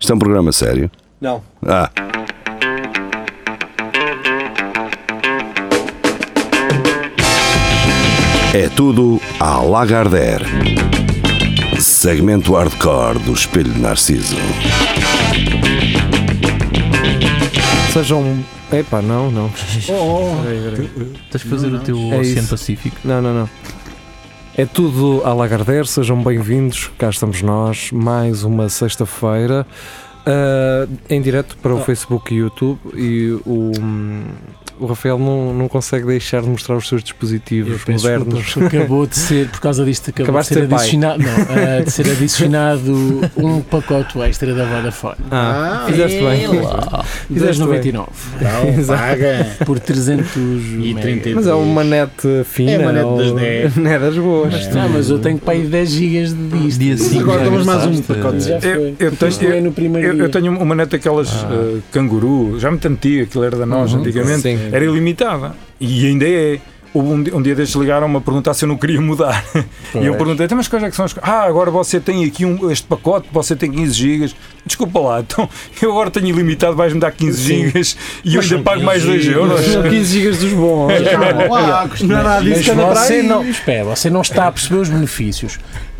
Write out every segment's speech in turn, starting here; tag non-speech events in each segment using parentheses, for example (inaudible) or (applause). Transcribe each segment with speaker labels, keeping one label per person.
Speaker 1: Isto é um programa sério.
Speaker 2: Não.
Speaker 1: Ah, é tudo à Lagardère. Segmento hardcore do Espelho de Narciso.
Speaker 3: Sejam. Epá, não, não.
Speaker 2: Oh,
Speaker 4: Tens de fazer
Speaker 5: Não,
Speaker 4: o teu
Speaker 3: É
Speaker 4: Oceano
Speaker 3: isso.
Speaker 4: Pacífico.
Speaker 3: Não, não, não. É tudo à Lagardère, sejam bem-vindos, cá estamos nós, mais uma sexta-feira, ah, em direto para o Facebook e YouTube, e o, hum, o Rafael não, não consegue deixar de mostrar os seus
Speaker 5: Eu
Speaker 3: dispositivos
Speaker 5: peço
Speaker 3: modernos.
Speaker 5: desculpa, porque (laughs) acabou de ser, por causa disto, acabou
Speaker 3: Acabaste
Speaker 5: de ser
Speaker 3: de ter pai.
Speaker 5: adicionado. Não, ah, de ser adicionado um pacote extra da Vodafone.
Speaker 3: Ah,
Speaker 2: Ah,
Speaker 3: fizeste bem. Fizeste
Speaker 5: 2,99
Speaker 2: não, paga.
Speaker 5: por
Speaker 4: (laughs)
Speaker 5: 300
Speaker 2: E
Speaker 5: mega.
Speaker 2: 32.
Speaker 3: Mas é uma net fina.
Speaker 2: É uma net das
Speaker 3: ou-
Speaker 2: 10.
Speaker 3: Não é das boas.
Speaker 5: Não, mas eu tenho para aí 10 gigas de disco.
Speaker 4: Dia cinco
Speaker 2: agora
Speaker 4: já é eh.
Speaker 2: temos mais um
Speaker 4: gastaste,
Speaker 2: pacote.
Speaker 5: Já foi.
Speaker 6: Eu- eu
Speaker 5: Isto
Speaker 6: tenho-
Speaker 5: é no primeiro
Speaker 6: Eu,
Speaker 5: dia. (laughs)
Speaker 6: eu tenho uma net daquelas eh, canguru, já muito antiga, aquilo era da nós
Speaker 4: Uhum.
Speaker 6: antigamente,
Speaker 3: Sim.
Speaker 6: era ilimitada e ainda é. Houve um, di- um dia destes ligaram-me a perguntar se eu não queria mudar. (laughs) E eu perguntei, "Então, mas quais é que são as co-?" Ah, agora você tem aqui um, este pacote, você tem 15 gigas. Desculpa lá, então (laughs) eu agora tenho ilimitado, vais-me dar 15 gigas e eu ainda pago mais 2 euros.
Speaker 3: São 15 gigas dos bons.
Speaker 2: Calma lá, Agostinho.
Speaker 3: Não é
Speaker 6: Ah,
Speaker 3: nada disso
Speaker 5: Mas
Speaker 3: que anda para
Speaker 5: você
Speaker 3: aí.
Speaker 5: não, espera, você não está a perceber os benefícios.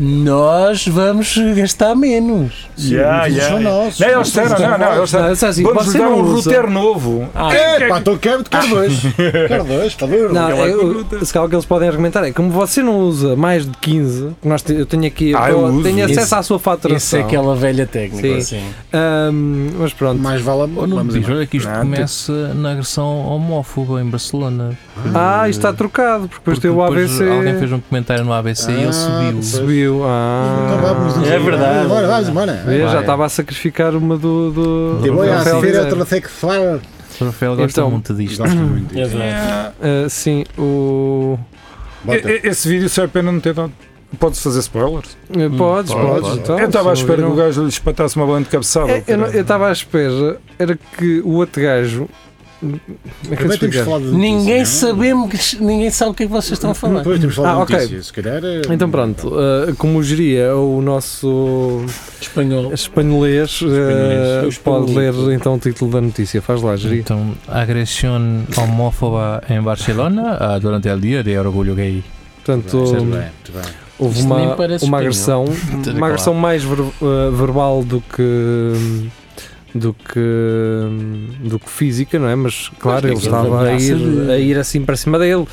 Speaker 5: Nós vamos gastar menos.
Speaker 6: (laughs) Yeah,
Speaker 2: Sim,
Speaker 6: yeah.
Speaker 2: são nossos.
Speaker 6: Não, eles disseram, não, não, eles disseram,
Speaker 3: Não, isso é assim,
Speaker 6: Vamos
Speaker 3: você
Speaker 6: lhe dar
Speaker 3: não
Speaker 6: um
Speaker 3: usa.
Speaker 6: router novo.
Speaker 5: Ah,
Speaker 6: É, que é
Speaker 2: Pá, estou quero, quero
Speaker 3: (laughs)
Speaker 2: dois. Quero dois, tá está duro.
Speaker 3: Não,
Speaker 6: Ela é
Speaker 3: eu-
Speaker 6: bruta.
Speaker 3: se calhar o que eles podem argumentar é como você não usa mais de 15, nós te- eu tenho aqui,
Speaker 6: Ah, eu
Speaker 3: eu
Speaker 6: uso.
Speaker 3: tenho acesso
Speaker 5: Esse-
Speaker 3: à sua faturação.
Speaker 5: Essa é aquela velha técnica. Sim.
Speaker 3: Ahm, mas pronto.
Speaker 2: Mais vale a
Speaker 4: Ou não me
Speaker 2: vamos
Speaker 4: diz,
Speaker 2: embora.
Speaker 4: olha que isto
Speaker 6: Não,
Speaker 4: começa na agressão homófoba em Barcelona.
Speaker 3: Ah, isto está trocado, porque depois
Speaker 4: Porque
Speaker 3: teve o
Speaker 4: depois
Speaker 3: ABC.
Speaker 4: Alguém fez um comentário no ABC e
Speaker 2: Ah,
Speaker 4: ele subiu.
Speaker 2: sim.
Speaker 3: Subiu.
Speaker 2: Então vamos
Speaker 3: Ah,
Speaker 2: nos
Speaker 5: É
Speaker 2: embora.
Speaker 5: verdade.
Speaker 2: Bora, vamos embora.
Speaker 3: Vê, já
Speaker 4: Vai.
Speaker 3: estava a sacrificar uma do. do
Speaker 2: Te
Speaker 4: Te
Speaker 2: voy
Speaker 3: do
Speaker 2: a
Speaker 3: Rafael
Speaker 2: hacer
Speaker 3: Videira.
Speaker 2: otro sexual.
Speaker 4: O Rafael gosta
Speaker 3: Então,
Speaker 4: muito disto.
Speaker 2: Gosto muito disso.
Speaker 4: É,
Speaker 6: Yeah.
Speaker 3: Ah, sim, o.
Speaker 6: E-
Speaker 2: Bota.
Speaker 6: e- é, Esse vídeo serve a pena não ter dado. Pode-se fazer spoilers?
Speaker 3: Podes, eh, podes.
Speaker 2: podes.
Speaker 3: então,
Speaker 6: eu estava à
Speaker 3: se
Speaker 6: espera que
Speaker 3: não-
Speaker 6: o gajo lhe espatasse uma bola de cabeçada.
Speaker 3: É, eu não- Eu estava à espera, era que o outro gajo. Como é que eu
Speaker 2: Primeiro temos de
Speaker 3: explicar?
Speaker 2: falar de
Speaker 5: Ninguém,
Speaker 2: notícias, não? é?
Speaker 5: sabemos, ninguém sabe o que é que vocês estão a falar.
Speaker 2: Depois temos de falar
Speaker 3: Ah,
Speaker 2: de
Speaker 3: ok.
Speaker 2: notícias, se calhar. eh,
Speaker 3: Então pronto, ah, como geria o nosso
Speaker 5: Espanhol.
Speaker 3: Espanholês, eh,
Speaker 5: Espanholês.
Speaker 3: pode ler
Speaker 5: Espanholês.
Speaker 3: então o título da notícia. Faz lá, Jiri.
Speaker 4: Então, agressão homófoba em Barcelona ah, durante o dia de orgulho gay.
Speaker 3: Portanto,
Speaker 2: Muito bem, muito bem.
Speaker 3: houve
Speaker 5: Isto
Speaker 3: uma,
Speaker 5: nem parece
Speaker 3: uma
Speaker 5: espanhol.
Speaker 3: agressão,
Speaker 4: Claro.
Speaker 3: uma agressão mais ver- eh, verbal do que do que do que física, não é? Mas claro, ele
Speaker 5: Mas ninguém
Speaker 3: estava a
Speaker 5: ameaça
Speaker 3: ir,
Speaker 5: de-
Speaker 3: a ir assim para cima dele,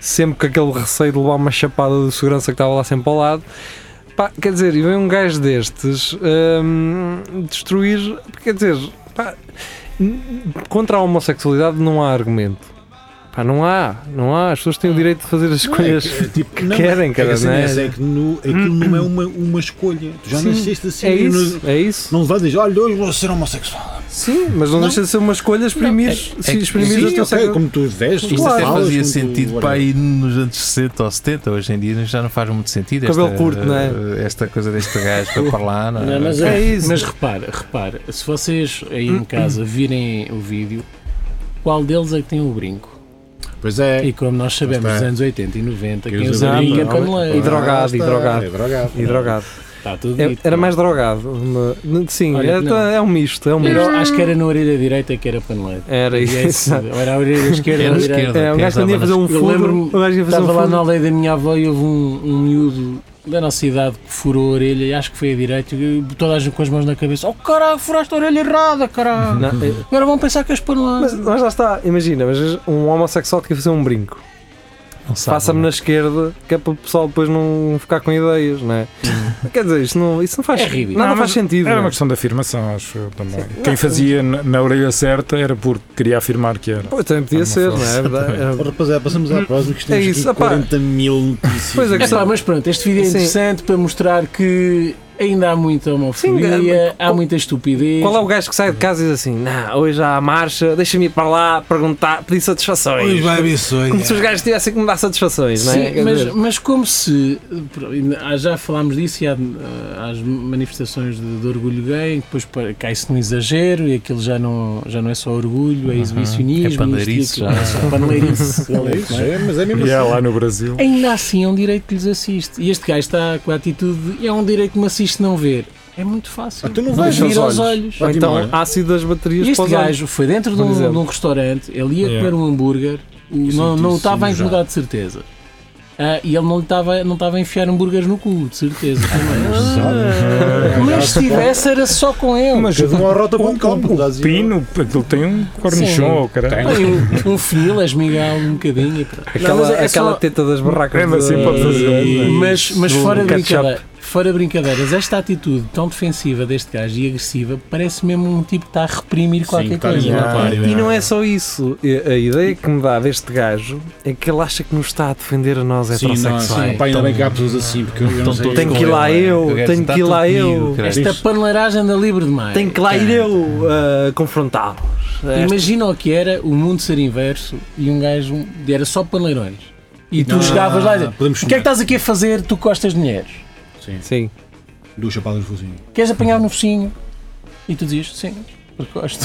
Speaker 3: sempre com aquele receio de levar uma chapada de segurança que estava lá sempre ao lado. Pá, quer dizer, e vem um gajo destes hum, destruir, quer dizer, pá, n- contra a homossexualidade não há argumento. Pá, não há, não há. As pessoas têm o direito de fazer as escolhas
Speaker 2: Não, é que, tipo,
Speaker 3: que
Speaker 2: não,
Speaker 3: querem,
Speaker 2: é que a
Speaker 3: cara,
Speaker 2: cena
Speaker 3: não
Speaker 2: é
Speaker 3: é?
Speaker 2: essa, é que no- aquilo não é uma, uma escolha. Tu já
Speaker 3: Sim,
Speaker 2: nasceste assim.
Speaker 3: É
Speaker 2: e
Speaker 3: isso, é isso.
Speaker 2: Não, não vais dizer, olha, hoje vou ser homossexual.
Speaker 3: Sim, mas não,
Speaker 2: Não.
Speaker 3: deixa de ser uma escolha exprimir, se
Speaker 4: é que-
Speaker 3: exprimir
Speaker 2: Sim,
Speaker 3: o teu
Speaker 2: ok,
Speaker 3: sexo.
Speaker 2: como tu vestes,
Speaker 4: Isto
Speaker 2: como
Speaker 4: até
Speaker 2: falas,
Speaker 4: fazia
Speaker 2: como tu-
Speaker 4: sentido para aí nos anos 60 ou 70, hoje em dia já não faz muito sentido.
Speaker 3: Cabelo
Speaker 4: esta,
Speaker 3: curto, não é?
Speaker 4: Esta coisa deste gajo para para lá, não é?
Speaker 5: Não, mas,
Speaker 3: É isso.
Speaker 5: Ah, mas repara, repara, se vocês aí em casa virem o vídeo, qual deles é que tem o brinco?
Speaker 2: Pois é.
Speaker 5: E como nós sabemos,
Speaker 2: Está.
Speaker 5: nos anos 80 e 90,
Speaker 2: Quem
Speaker 5: quem
Speaker 2: usa
Speaker 5: usa brinco é
Speaker 3: brinco, e droga.
Speaker 5: paneleiro.
Speaker 3: drogado, e
Speaker 2: Ah, está,
Speaker 3: drogado.
Speaker 2: é drogado.
Speaker 3: E drogado.
Speaker 5: Está tudo
Speaker 3: É-
Speaker 5: dito.
Speaker 3: era mais drogado. mas- Sim,
Speaker 5: Olha,
Speaker 3: era-
Speaker 5: não.
Speaker 3: é, um misto, é um misto.
Speaker 5: Era- acho que era na orelha direita que era paneleiro.
Speaker 3: Era
Speaker 5: E
Speaker 3: isso.
Speaker 5: esse- ou É era a orelha esquerda
Speaker 4: Era
Speaker 5: ou
Speaker 4: a
Speaker 5: a direita.
Speaker 4: esquerda.
Speaker 3: É, um gajo que andava a fazer um
Speaker 5: Eu
Speaker 3: fogo.
Speaker 5: lembro-me-
Speaker 3: O gajo ia fazer um
Speaker 5: Estava lá na
Speaker 3: fogo.
Speaker 5: aldeia da minha avó e houve um, um miúdo da nossa idade que furou a orelha, e acho que foi a direita, e toda a gente com as mãos na cabeça. Oh caralho, furaste a orelha errada, caralho.
Speaker 3: Não, é-
Speaker 5: Agora vão pensar que és paneleiro.
Speaker 3: mas, mas lá está, imagina, mas um homossexual que ia fazer um brinco.
Speaker 4: Não sabe,
Speaker 3: Faça-me
Speaker 4: não
Speaker 3: na
Speaker 4: é?
Speaker 3: esquerda, que é para o pessoal depois não ficar com ideias, não é? Quer dizer, isso não, isso não faz
Speaker 5: É ridículo.
Speaker 3: Nada
Speaker 6: Não,
Speaker 3: faz
Speaker 6: mas
Speaker 3: sentido.
Speaker 6: Era
Speaker 3: não
Speaker 6: uma
Speaker 3: é?
Speaker 6: questão de afirmação, acho eu também. Quem fazia na, na orelha certa era porque queria afirmar que era.
Speaker 3: Pô, também
Speaker 6: Era
Speaker 3: podia
Speaker 6: uma
Speaker 3: ser, não
Speaker 6: frase.
Speaker 3: é?
Speaker 2: Oh,
Speaker 3: Era-
Speaker 2: Rapaziada, passamos à próxima que isto
Speaker 3: É
Speaker 2: temos
Speaker 3: isso,
Speaker 2: aqui
Speaker 3: opá.
Speaker 2: 40 mil notícias.
Speaker 3: Pois é,
Speaker 5: É
Speaker 3: que
Speaker 5: pá, mas pronto, este vídeo é
Speaker 3: Sim.
Speaker 5: interessante para mostrar que ainda há muita
Speaker 3: Sim, é,
Speaker 5: homofobia, há muita estupidez.
Speaker 3: Qual é o gajo que sai de casa e diz assim: Não, hoje há a marcha, deixa-me ir para lá perguntar, pedir satisfações? Como se os gajos tivessem que me dar satisfações, não é?
Speaker 5: Sim,
Speaker 3: Quer
Speaker 5: mas,
Speaker 3: dizer,
Speaker 5: mas como se. pronto, ainda- há- Já falámos disso e há ah, as manifestações de, de orgulho gay, que depois pa- cai-se num exagero e aquilo já não, já não é só orgulho, é
Speaker 4: Uhum.
Speaker 5: exibicionismo.
Speaker 4: É pandeirice,
Speaker 5: isto e aquilo,
Speaker 4: já.
Speaker 5: é só
Speaker 4: (laughs)
Speaker 5: pandeirice.
Speaker 2: Não é isso, é, mas é mesmo
Speaker 6: E é
Speaker 2: assim.
Speaker 6: lá no Brasil.
Speaker 5: Ainda assim é um direito que lhes assiste. E este gajo está com a atitude de, é um direito que me assiste não ver. É muito fácil.
Speaker 2: Ah, tu não
Speaker 5: Vai
Speaker 2: vais
Speaker 5: vir
Speaker 2: aos
Speaker 5: aos
Speaker 2: olhos.
Speaker 5: olhos.
Speaker 3: Ou
Speaker 2: Vai-te
Speaker 3: então,
Speaker 2: embora.
Speaker 3: ácido das baterias
Speaker 5: é? E
Speaker 3: para os
Speaker 5: este
Speaker 3: olhos.
Speaker 5: gajo foi dentro de
Speaker 3: por
Speaker 5: um,
Speaker 3: exemplo.
Speaker 5: de um restaurante, ele ia
Speaker 6: Yeah.
Speaker 5: comer um hambúrguer,
Speaker 2: E
Speaker 5: não, não
Speaker 2: sentiu-se
Speaker 5: estava a
Speaker 2: enojado.
Speaker 5: incomodar de certeza. Ah, e ele não lhe estava não estava a enfiar hambúrgueres no cu, de certeza. também. Mas é se tivesse era só com ele.
Speaker 6: Mas
Speaker 2: Cada um ao
Speaker 6: o,
Speaker 2: rota.com,
Speaker 6: o,
Speaker 2: dás e-
Speaker 6: o pino, aquilo tem um
Speaker 5: Sim.
Speaker 6: cornichon, caralho.
Speaker 5: Põe um, um funil, esmigar um bocadinho e pronto.
Speaker 3: Aquela,
Speaker 5: Não, mas é
Speaker 3: aquela
Speaker 5: só-
Speaker 3: teta das
Speaker 2: É,
Speaker 3: barracas.
Speaker 6: Mesmo assim
Speaker 3: da-
Speaker 6: pode fazer.
Speaker 5: Mas, mas
Speaker 6: Do
Speaker 5: fora, de
Speaker 6: ketchup.
Speaker 5: brincadeira, fora de brincadeiras, esta atitude tão defensiva deste gajo e agressiva parece mesmo um tipo que está a
Speaker 2: tá
Speaker 5: reprimir qualquer
Speaker 2: está
Speaker 5: coisa.
Speaker 2: isolado.
Speaker 5: não é?
Speaker 2: Claro,
Speaker 3: E não é só isso. E- A ideia que me dá deste gajo é que ele acha que nos está a defender a nós
Speaker 2: Sim, não,
Speaker 3: heterossexuais.
Speaker 2: sim, pá, ainda bem que há pessoas assim, porque eu, eu não
Speaker 4: Estão
Speaker 2: sei.
Speaker 4: todos
Speaker 3: Tenho
Speaker 4: com
Speaker 3: que ir
Speaker 4: ele,
Speaker 3: lá
Speaker 4: não é?
Speaker 3: eu,
Speaker 4: quero
Speaker 3: tenho
Speaker 4: estar
Speaker 3: que ir lá
Speaker 4: todo
Speaker 3: eu.
Speaker 4: comigo, caralho.
Speaker 5: Esta
Speaker 2: Isso.
Speaker 5: paneleiragem anda livre demais.
Speaker 3: Tenho que lá ir eu uh, confrontá-los. É
Speaker 5: Imagina o que era o mundo ser inverso e um gajo era só paneleirões. E tu
Speaker 2: Não,
Speaker 5: chegavas lá e dizias,
Speaker 2: podemos
Speaker 5: o que é que
Speaker 2: sonhar."
Speaker 5: estás aqui a fazer? Tu costas de mulheres.
Speaker 2: Sim,
Speaker 3: Sim.
Speaker 2: duas chapadas no focinho.
Speaker 5: Queres apanhar no focinho? E tu dizias, sim, porque gosto.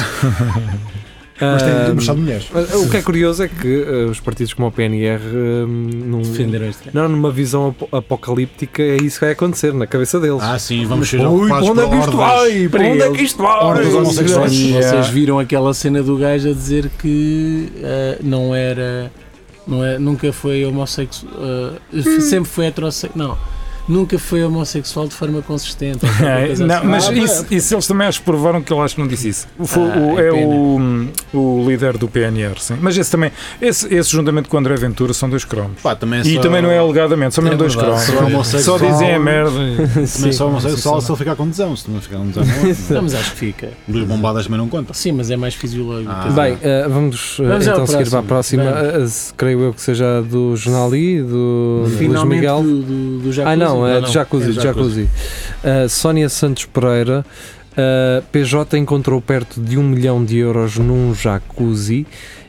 Speaker 2: Mas tem de
Speaker 3: Ah,
Speaker 2: mostrar de mulheres.
Speaker 3: mas o que é curioso é que ah, os partidos como o PNR ah, num-
Speaker 5: Defenderam este gajo.
Speaker 3: não numa visão apo- apocalíptica é isso que vai acontecer na cabeça deles.
Speaker 2: Ah, sim, vamos ser
Speaker 6: Ui, para
Speaker 2: ocupados
Speaker 6: onde é que
Speaker 2: por
Speaker 6: isto
Speaker 2: hordas.
Speaker 6: vai? Para onde é que isto
Speaker 2: Hordas
Speaker 6: vai?
Speaker 2: homossexuais.
Speaker 6: Yeah.
Speaker 5: Vocês viram aquela cena do gajo a dizer que ah, não era. Não é, nunca foi homossexual. sempre foi heterossexual. Não. Nunca foi homossexual de forma consistente. ou qualquer
Speaker 6: É,
Speaker 5: coisa
Speaker 6: não,
Speaker 5: assim.
Speaker 6: mas
Speaker 2: Ah,
Speaker 6: isso, isso eles também acho que provaram que ele acho que não disse isso. O-
Speaker 5: Ah,
Speaker 6: o-
Speaker 5: é
Speaker 6: é o, o líder do PNR, sim. Mas esse também, esse, esse juntamente com o André Ventura são dois cromos.
Speaker 2: Pá, também
Speaker 6: E
Speaker 2: só-
Speaker 6: também não é alegadamente, são mesmo dois
Speaker 4: verdade,
Speaker 6: cromos. é
Speaker 2: só
Speaker 6: Só
Speaker 2: homossexual.
Speaker 6: dizem a merda.
Speaker 2: Também só homossexual se ele ficar com desão. Se não ficar com desão, não é.
Speaker 5: Não, mas acho que fica.
Speaker 2: Duas bombadas também não conta.
Speaker 5: Sim, mas é mais fisiológico.
Speaker 2: Ah.
Speaker 5: quer dizer.
Speaker 3: Bem, ah, vamos, ah,
Speaker 5: Vamos ao
Speaker 3: então seguir para a
Speaker 5: próximo.
Speaker 3: próxima. Ah, ah, creio eu que seja a do Jornali, do Luís
Speaker 5: Finalmente
Speaker 3: Miguel.
Speaker 5: do, do, do jacuzzi.
Speaker 3: Ah, não, é
Speaker 5: não.
Speaker 3: de Jacuzzi.
Speaker 2: É
Speaker 3: de
Speaker 2: jacuzzi.
Speaker 3: jacuzzi. Uh, Sónia Santos Pereira, uh, PJ encontrou perto de um milhão de euros num jacuzzi.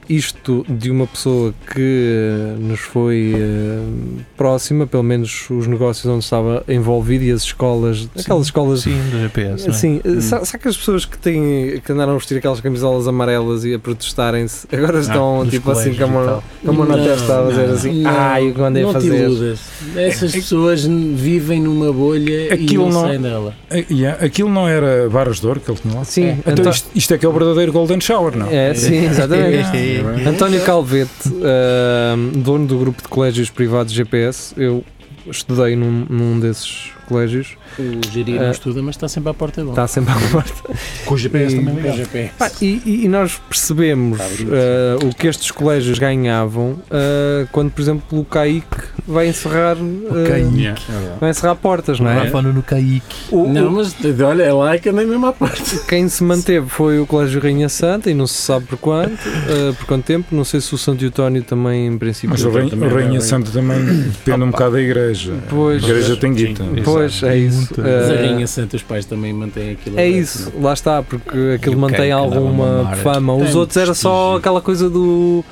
Speaker 3: Isto de uma pessoa que uh, nos foi uh, próxima, pelo menos os negócios onde estava envolvido e as escolas, aquelas escolas
Speaker 4: Sim, do GPS. não é?
Speaker 3: Sim, uh, sabe, sabe que as pessoas que, têm, que andaram a vestir aquelas camisolas amarelas e a protestarem-se agora estão
Speaker 4: nos
Speaker 3: tipo assim
Speaker 4: colégios
Speaker 3: com a
Speaker 4: e
Speaker 3: mão-
Speaker 4: tal.
Speaker 3: com a mão na
Speaker 5: Não,
Speaker 3: testa a fazer
Speaker 5: não,
Speaker 3: assim?
Speaker 5: não.
Speaker 3: Ai, o que eu andei a
Speaker 5: não te
Speaker 3: fazer?
Speaker 5: iludas. Essas pessoas n- vivem numa bolha
Speaker 6: Aquilo
Speaker 5: e não,
Speaker 6: não-
Speaker 5: saem dela.
Speaker 6: Yeah, Eh, Aquilo não era barras de ouro que ele tinha lá?
Speaker 3: Sim,
Speaker 6: Então, isto, isto é que é o verdadeiro Golden Shower, não?
Speaker 3: É, (laughs) sim, exatamente.
Speaker 4: É, é, é.
Speaker 3: António Calvete, ahm, dono do grupo de colégios privados GPS, eu estudei num, num desses colégios,
Speaker 5: O gerir
Speaker 3: Ah.
Speaker 5: não estuda, mas está sempre à porta de
Speaker 3: está sempre à porta.
Speaker 2: Com o GPS
Speaker 3: E-
Speaker 2: também é
Speaker 5: O
Speaker 2: ligado.
Speaker 5: GPS.
Speaker 3: Pá, E, e- e nós percebemos ah, o que estes colégios ganhavam ah, quando, por exemplo, o CAIC vai encerrar, ah,
Speaker 4: Caíque.
Speaker 2: Yeah, é verdade.
Speaker 3: vai encerrar portas, não
Speaker 4: Não
Speaker 3: é?
Speaker 4: vai falando no Caique.
Speaker 3: O- o-
Speaker 5: Não, mas olha, é lá que andei mesmo à porta.
Speaker 3: quem se manteve foi o Colégio Rainha Santa e não se sabe por quanto, ah, por quanto tempo. Não sei se o Santo Eutónio também, em princípio,
Speaker 6: Mas o
Speaker 2: Então,
Speaker 6: Rainha,
Speaker 2: também
Speaker 6: o Rainha
Speaker 2: era-
Speaker 6: Santa também depende um bocado da igreja.
Speaker 3: Pois.
Speaker 6: a igreja tem
Speaker 2: Sim.
Speaker 6: dito.
Speaker 3: Pois, é isso.
Speaker 4: Muito.
Speaker 5: Mas a
Speaker 3: Ah,
Speaker 5: Rainha Santa, os pais também mantêm aquilo.
Speaker 3: É
Speaker 5: aberto,
Speaker 3: isso, lá está, porque aquilo
Speaker 4: E o
Speaker 3: mantém
Speaker 4: cake andava a
Speaker 3: alguma
Speaker 4: mamar.
Speaker 3: fama. Os
Speaker 5: Tem
Speaker 3: outros era só
Speaker 2: prestígio.
Speaker 3: aquela coisa do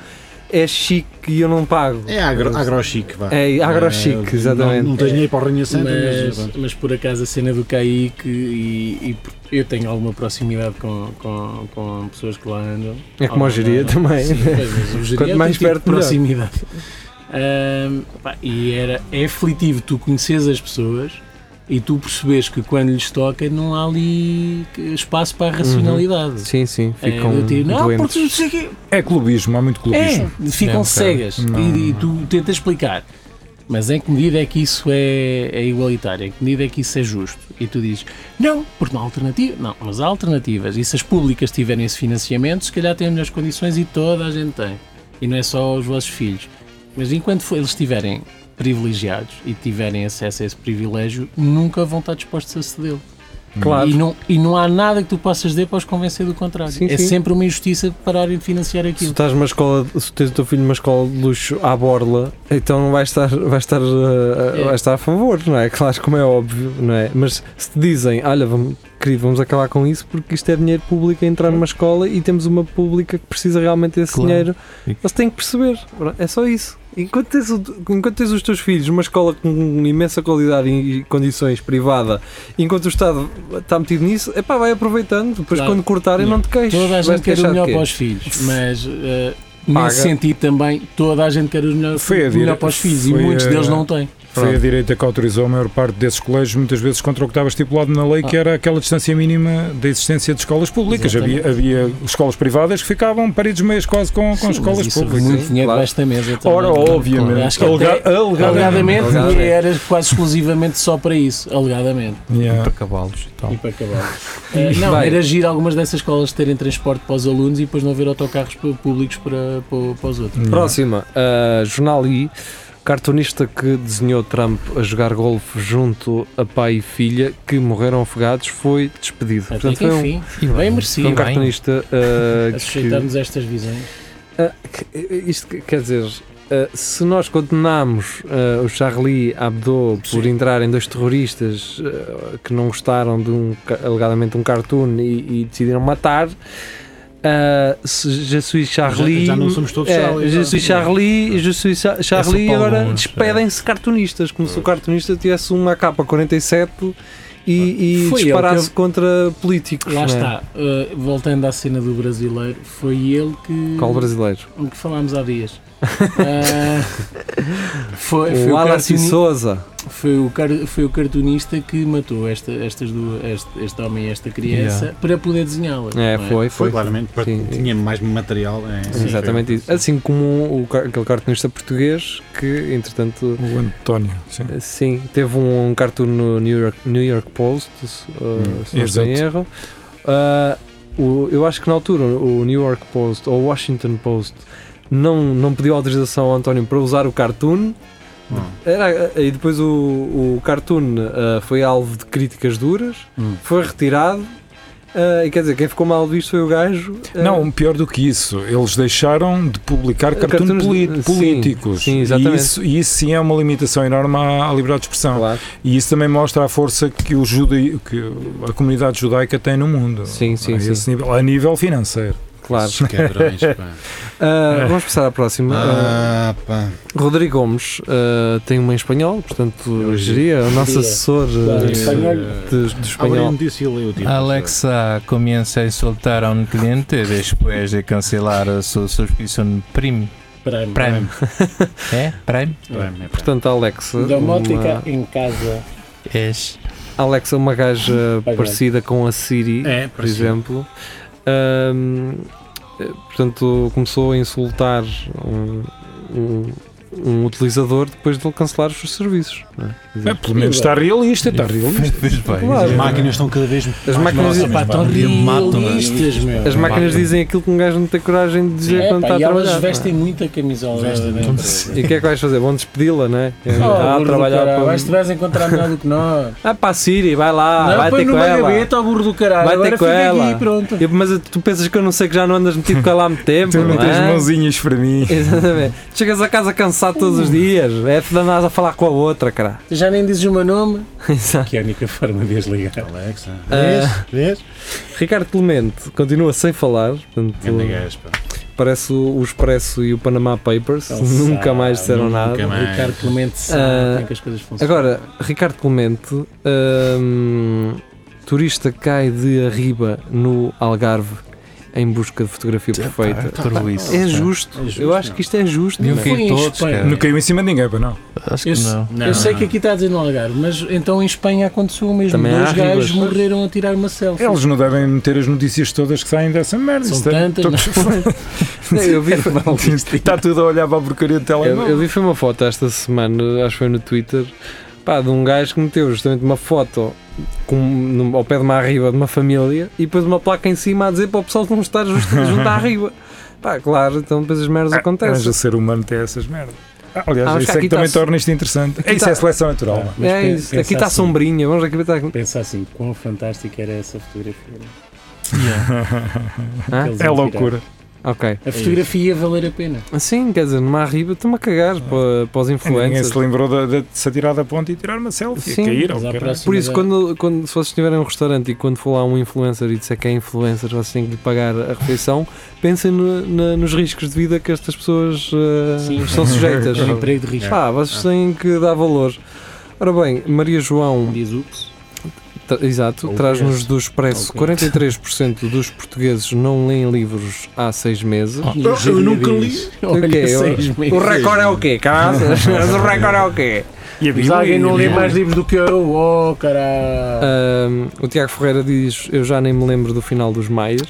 Speaker 3: é chique e eu não pago.
Speaker 2: É agro- agrochique, vá.
Speaker 3: É agrochique,
Speaker 2: É, não-
Speaker 3: exatamente.
Speaker 2: Não, tens dinheiro para o Rainha Santa, mas...
Speaker 5: Mas, mas por acaso a cena do Caique e, e por- eu tenho alguma proximidade com, com, com pessoas que lá andam.
Speaker 3: É como a geria também. né?
Speaker 5: Sim, pois, mas o geria
Speaker 3: Quanto
Speaker 5: é
Speaker 3: mais
Speaker 5: outro tipo de
Speaker 3: perto, melhor.
Speaker 5: proximidade. Ahm, pá, e era, é aflitivo tu conheces as pessoas e tu percebes que quando lhes toca não há ali que- espaço para a racionalidade.
Speaker 3: Uhum. Sim, sim,
Speaker 5: É,
Speaker 3: ficam
Speaker 5: do tipo, não, porque não
Speaker 3: doentes.
Speaker 5: sei o quê."
Speaker 6: É clubismo, há muito clubismo.
Speaker 5: É,
Speaker 3: né,
Speaker 5: ficam
Speaker 3: um
Speaker 4: Não, cara,
Speaker 5: cegas
Speaker 6: não.
Speaker 5: E, e tu tentas explicar. Mas em que medida é que isso é, é igualitário? Em que medida é que isso é justo? E tu dizes, não, porque não há alternativa. Não, mas há alternativas. E se as públicas tiverem esse financiamento, se calhar têm melhores condições e toda a gente tem. E não é só os vossos filhos. Mas enquanto for- eles estiverem privilegiados e tiverem acesso a esse privilégio, nunca vão estar dispostos a cedê-lo.
Speaker 3: Claro.
Speaker 5: E não, e não há nada que tu possas dizer para os convencer do contrário.
Speaker 3: Sim,
Speaker 5: é
Speaker 3: sim.
Speaker 5: sempre uma injustiça de pararem de financiar
Speaker 3: Se tu
Speaker 5: aquilo.
Speaker 3: estás numa escola, se tu tens o teu filho numa escola de luxo à borla, então não vais estar, vais estar, uh,
Speaker 5: É.
Speaker 3: vais estar a favor, não é? Claro, como é óbvio, não é? Mas se te dizem, olha, vamos, querido, vamos acabar com isso porque isto é dinheiro público a entrar numa escola e temos uma pública que precisa realmente desse
Speaker 4: Claro.
Speaker 3: dinheiro,
Speaker 4: E-
Speaker 3: eles têm que perceber, é só isso. Enquanto tens, o- enquanto tens os teus filhos numa escola com imensa qualidade e e condições privada, enquanto o Estado está metido nisso, epá, vai aproveitando, depois
Speaker 5: Claro.
Speaker 3: quando cortarem não te queixes.
Speaker 5: Toda a
Speaker 3: vais
Speaker 5: gente
Speaker 3: te
Speaker 5: quer
Speaker 3: queixar de
Speaker 5: o melhor
Speaker 3: quê?
Speaker 5: para os filhos, mas eh,
Speaker 3: é. Paga.
Speaker 5: nesse sentido também toda a gente quer o melhor,
Speaker 6: Foi a
Speaker 5: o
Speaker 6: dire-
Speaker 5: melhor para os filhos e
Speaker 6: foi
Speaker 5: muitos
Speaker 6: a-
Speaker 5: deles não têm.
Speaker 6: Foi a direita que autorizou a maior parte desses colégios, muitas vezes contra o que estava estipulado na lei, que era aquela distância mínima da existência de escolas públicas. Havia,
Speaker 5: Exatamente.
Speaker 6: havia escolas privadas que ficavam paredes meias quase com, com
Speaker 5: Sim, mas
Speaker 6: escolas
Speaker 5: isso é houve
Speaker 6: públicas.
Speaker 5: Muito dinheiro
Speaker 3: claro.
Speaker 5: desta mesa também. é?
Speaker 6: Ora, obviamente.
Speaker 5: Acho que até-
Speaker 6: Alega- alegadamente.
Speaker 5: Alegadamente,
Speaker 3: Alegadamente.
Speaker 5: e era quase exclusivamente só para isso. Alegadamente.
Speaker 6: Yeah.
Speaker 4: Para cavalos e tal.
Speaker 5: E
Speaker 3: (laughs)
Speaker 5: para acabar. Eh, não,
Speaker 3: Então. Bem.
Speaker 5: era agir algumas dessas escolas terem transporte para os alunos e depois não haver autocarros pu- públicos para, para, para os outros.
Speaker 3: Próxima, ah, Jornal I, cartunista que desenhou Trump a jogar golfe junto a pai e filha que morreram afogados, foi despedido.
Speaker 5: Até que,
Speaker 3: foi um,
Speaker 5: enfim,
Speaker 4: E
Speaker 5: bem
Speaker 3: foi um
Speaker 5: merecido
Speaker 4: bem.
Speaker 3: cartunista ah,
Speaker 5: a
Speaker 3: que,
Speaker 5: sujeitarmos estas visões.
Speaker 3: ah, que- Isto que- quer dizer, ah, se nós condenamos ah, o Charlie Hebdo por entrarem dois terroristas ah, que não gostaram de um, ca- alegadamente um cartoon e, e decidiram matar. ah, se já suis Charlie
Speaker 2: já não somos todos
Speaker 3: é,
Speaker 2: Charlie,
Speaker 3: Je
Speaker 2: já.
Speaker 3: suis Charlie, Je suis Cha- Charlie
Speaker 4: Paulo
Speaker 3: agora
Speaker 4: Nunes,
Speaker 3: despedem-se cartunistas, como se o cartunista tivesse uma capa 47 e, e
Speaker 5: Foi ele
Speaker 3: disparasse
Speaker 5: que
Speaker 3: contra políticos.
Speaker 5: Lá
Speaker 3: né?
Speaker 5: está, eh, voltando à cena do brasileiro, foi ele que,
Speaker 3: Qual brasileiro?
Speaker 5: que falámos há
Speaker 3: (laughs)
Speaker 5: dias. Ah, foi, foi
Speaker 3: O
Speaker 5: o
Speaker 3: Alassi
Speaker 5: cartuni-
Speaker 3: Souza.
Speaker 5: foi o, car- foi o cartunista que matou esta, estas duas, este, este homem e esta criança para poder desenhá-la.
Speaker 3: É,
Speaker 5: não
Speaker 3: foi,
Speaker 2: Foi
Speaker 3: foi.
Speaker 2: claramente, para-
Speaker 3: Sim.
Speaker 2: tinha mais material. é,
Speaker 3: Sim, Exatamente isso.
Speaker 2: foi-
Speaker 3: Assim como o, car- aquele cartunista português que, entretanto,
Speaker 6: O António, sim.
Speaker 3: Eh, sim, teve um, cartoon no New York, New York Post, se, uh, se não estou em
Speaker 6: Hum, exato.
Speaker 3: erro. Ah, o- eu acho que na altura o New York Post ou o Washington Post não, não pediu autorização ao António para usar o cartoon.
Speaker 2: Hum.
Speaker 3: Era, eh, e depois o, o cartoon ah, foi alvo de críticas duras,
Speaker 5: Hum.
Speaker 3: foi retirado. ah, e quer dizer, quem ficou mal visto foi o gajo. ah,
Speaker 6: Não, pior do que isso, eles deixaram de publicar cartoons
Speaker 3: Cartoons-
Speaker 6: poli-
Speaker 3: sim,
Speaker 6: políticos.
Speaker 3: sim, exatamente.
Speaker 6: E isso, e isso sim é uma limitação enorme à, à liberdade de expressão.
Speaker 3: claro.
Speaker 6: E isso também mostra a força que, o judei, que a comunidade judaica tem no mundo.
Speaker 3: Sim, sim,
Speaker 6: a,
Speaker 3: sim.
Speaker 6: Ah, esse nível, a nível financeiro.
Speaker 3: claro.
Speaker 2: Esses quebrões, pá.
Speaker 6: (laughs) É.
Speaker 3: Ah, vamos passar à próxima. Ah,
Speaker 2: Ah, pá.
Speaker 3: Rodrigo Gomes ah, tem uma em espanhol, portanto,
Speaker 2: Eu
Speaker 3: geria, o nosso
Speaker 5: Geria.
Speaker 3: assessor ah,
Speaker 5: Claro,
Speaker 3: de,
Speaker 5: espanhol.
Speaker 3: de
Speaker 2: Abre a
Speaker 3: espanhol.
Speaker 2: notícia e tipo, lê o título.
Speaker 4: Alexa comienza a insultar a un cliente después de cancelar su suscripción Prime.
Speaker 5: Para
Speaker 4: Prime.
Speaker 3: (laughs)
Speaker 4: ¿Eh? Prime.
Speaker 2: Bem, é, pá.
Speaker 3: Portanto, Alexa,
Speaker 5: Domótica
Speaker 3: uma,
Speaker 5: em casa.
Speaker 4: Es.
Speaker 3: Alexa, uma gaja
Speaker 5: Vai, vai.
Speaker 3: parecida com a Siri,
Speaker 2: É,
Speaker 3: por exemplo. Ahm, eh, portanto, começou a insultar um, um- um utilizador depois de ele cancelar os seus serviços. não é? Quer dizer,
Speaker 6: É, pelo menos está realista, está realista.
Speaker 4: Pois bem.
Speaker 3: Claro.
Speaker 2: As máquinas estão cada vez mais
Speaker 3: As máquinas-
Speaker 2: próximas,
Speaker 5: Pá,
Speaker 2: pá.
Speaker 5: tão
Speaker 4: matam-me.
Speaker 5: realistas, meu.
Speaker 3: As máquinas dizem aquilo que um gajo não tem coragem de dizer
Speaker 5: É,
Speaker 3: quando
Speaker 5: pá,
Speaker 3: está a
Speaker 5: e
Speaker 3: trabalhar.
Speaker 5: elas vestem muita camisola
Speaker 2: Vestem
Speaker 5: da
Speaker 2: muito.
Speaker 5: empresa.
Speaker 3: não é? E o que é que vais fazer? Vão despedi-la, não é?
Speaker 5: (laughs)
Speaker 3: Ah,
Speaker 5: Oh, burro do
Speaker 3: trabalhar
Speaker 5: caralho,
Speaker 3: para...
Speaker 5: vais- tu vais encontrar melhor do que nós.
Speaker 3: Ah, pá, Siri, vai lá,
Speaker 5: não,
Speaker 3: vai
Speaker 5: põe
Speaker 3: ter com
Speaker 5: numa
Speaker 3: ela.
Speaker 5: gaveta, ó burro do caralho.
Speaker 3: Vai ter
Speaker 5: Agora
Speaker 3: com
Speaker 5: fica
Speaker 3: ela.
Speaker 5: aqui, pronto.
Speaker 3: Eu- mas tu pensas que eu não sei que já não andas metido com ela há muito tempo?
Speaker 6: Tu não tens
Speaker 3: é?
Speaker 6: mãozinhas para mim.
Speaker 3: (laughs) Exatamente. Chegas a casa cansado todos os dias. É te danás a falar com a outra, cara. (laughs)
Speaker 5: Tu já nem dizes o meu nome.
Speaker 3: Exato.
Speaker 5: Que é a única forma de as ligar.
Speaker 2: Alexa.
Speaker 3: Ah.
Speaker 2: Vês? Vês?
Speaker 3: Ricardo Clemente continua sem falar. Portanto,
Speaker 2: Ganda gajo, pá.
Speaker 3: parece o o Expresso e o Panama Papers.
Speaker 5: Ele
Speaker 3: nunca
Speaker 5: sabe,
Speaker 3: mais disseram
Speaker 2: nunca
Speaker 3: nada.
Speaker 2: mais. Mas-
Speaker 5: Ricardo Clemente sabe
Speaker 3: Ah,
Speaker 5: como é que as coisas funcionam.
Speaker 3: Agora, Ricardo Clemente, hum, turista cai de arriba no Algarve em busca de fotografia perfeita.
Speaker 4: Tudo isso.
Speaker 3: É justo.
Speaker 2: É justo,
Speaker 3: Eu acho
Speaker 2: não.
Speaker 3: que isto é justo.
Speaker 4: Eu
Speaker 5: Não foi
Speaker 4: caí
Speaker 5: em
Speaker 4: todos,
Speaker 5: Espanha.
Speaker 3: É.
Speaker 4: cara.
Speaker 6: Não caiu em cima de ninguém, pá, não.
Speaker 4: Acho
Speaker 5: Eu,
Speaker 4: que não.
Speaker 5: eu sei que aqui está a dizer no Algarve, mas então em Espanha aconteceu o mesmo.
Speaker 3: Também há
Speaker 5: Dois gajos
Speaker 3: ribas.
Speaker 5: morreram a tirar uma selfie.
Speaker 6: Eles não devem meter as notícias todas que saem dessa merda.
Speaker 5: São
Speaker 6: Isto é-
Speaker 5: tantas,
Speaker 6: todos-
Speaker 3: (laughs) Eu vi,
Speaker 6: Está tudo a olhar para a porcaria do
Speaker 3: eu, eu
Speaker 6: telemóvel.
Speaker 3: vi foi uma foto esta semana, acho que foi no Twitter, pá, de um gajo que meteu justamente uma foto com, num- ao pé de uma arriba de uma família e depois uma placa em cima a dizer para o pessoal não estar justo, (laughs) junto à arriba. Pá, claro, então depois as merdas
Speaker 6: Ah, Mas
Speaker 3: acontecem.
Speaker 6: o ser humano tem essas merdas. Ah, Aliás,
Speaker 3: Ah, mas
Speaker 6: isso
Speaker 3: cá
Speaker 6: é que
Speaker 3: aqui
Speaker 6: também
Speaker 3: está-
Speaker 6: torna isto interessante.
Speaker 3: aqui
Speaker 6: isso
Speaker 3: está-
Speaker 6: é seleção natural.
Speaker 5: Ah.
Speaker 6: mano.
Speaker 5: Mas
Speaker 3: é
Speaker 5: pen-
Speaker 3: isso,
Speaker 5: pensa
Speaker 3: aqui está
Speaker 5: assim.
Speaker 3: sombrinha, vamos aqui para
Speaker 5: Pensa assim, quão fantástica era essa fotografia.
Speaker 6: (laughs)
Speaker 3: Hã?
Speaker 5: Que eles
Speaker 6: É
Speaker 5: iam tirar.
Speaker 6: loucura.
Speaker 3: Ok.
Speaker 5: A fotografia ia valer a pena.
Speaker 3: Assim, quer dizer, numa arriba, estou-me a cagar para, para os
Speaker 6: Ninguém
Speaker 3: influencers.
Speaker 6: se lembrou de, de se atirar da ponte e tirar uma selfie.
Speaker 3: Sim,
Speaker 6: cair,
Speaker 5: mas à
Speaker 6: ao caralho.
Speaker 5: próxima
Speaker 3: Por isso,
Speaker 5: da-
Speaker 3: quando, quando, se vocês estiverem num restaurante e quando for lá um influencer e disser que é influencer, vocês têm que lhe pagar a refeição, pensem no- na- nos riscos de vida que estas pessoas eh,
Speaker 5: Sim.
Speaker 3: estão
Speaker 5: (laughs)
Speaker 3: sujeitas.
Speaker 5: Um emprego de risco.
Speaker 3: Pá, vocês têm que dar valor. Ora bem, Maria João,
Speaker 5: Diz ups.
Speaker 3: tra- exato,
Speaker 5: Ok.
Speaker 3: traz-nos do Expresso,
Speaker 5: Oh, Ok.
Speaker 3: 43% dos portugueses não leem livros há seis meses.
Speaker 5: Oh, Eu nunca li.
Speaker 3: O quê?
Speaker 5: Ah, (laughs) Olha, seis
Speaker 3: O
Speaker 5: meses.
Speaker 3: (laughs) recorde é o quê? Caralho? o recorde é o quê?
Speaker 6: E a
Speaker 5: Mas
Speaker 6: Bíblia,
Speaker 5: alguém
Speaker 6: e a
Speaker 5: não lê
Speaker 6: Bíblia.
Speaker 5: mais livros do que eu. Oh, caralho.
Speaker 3: Ahm, o Tiago Ferreira diz: Eu já nem me lembro do final dos Maias.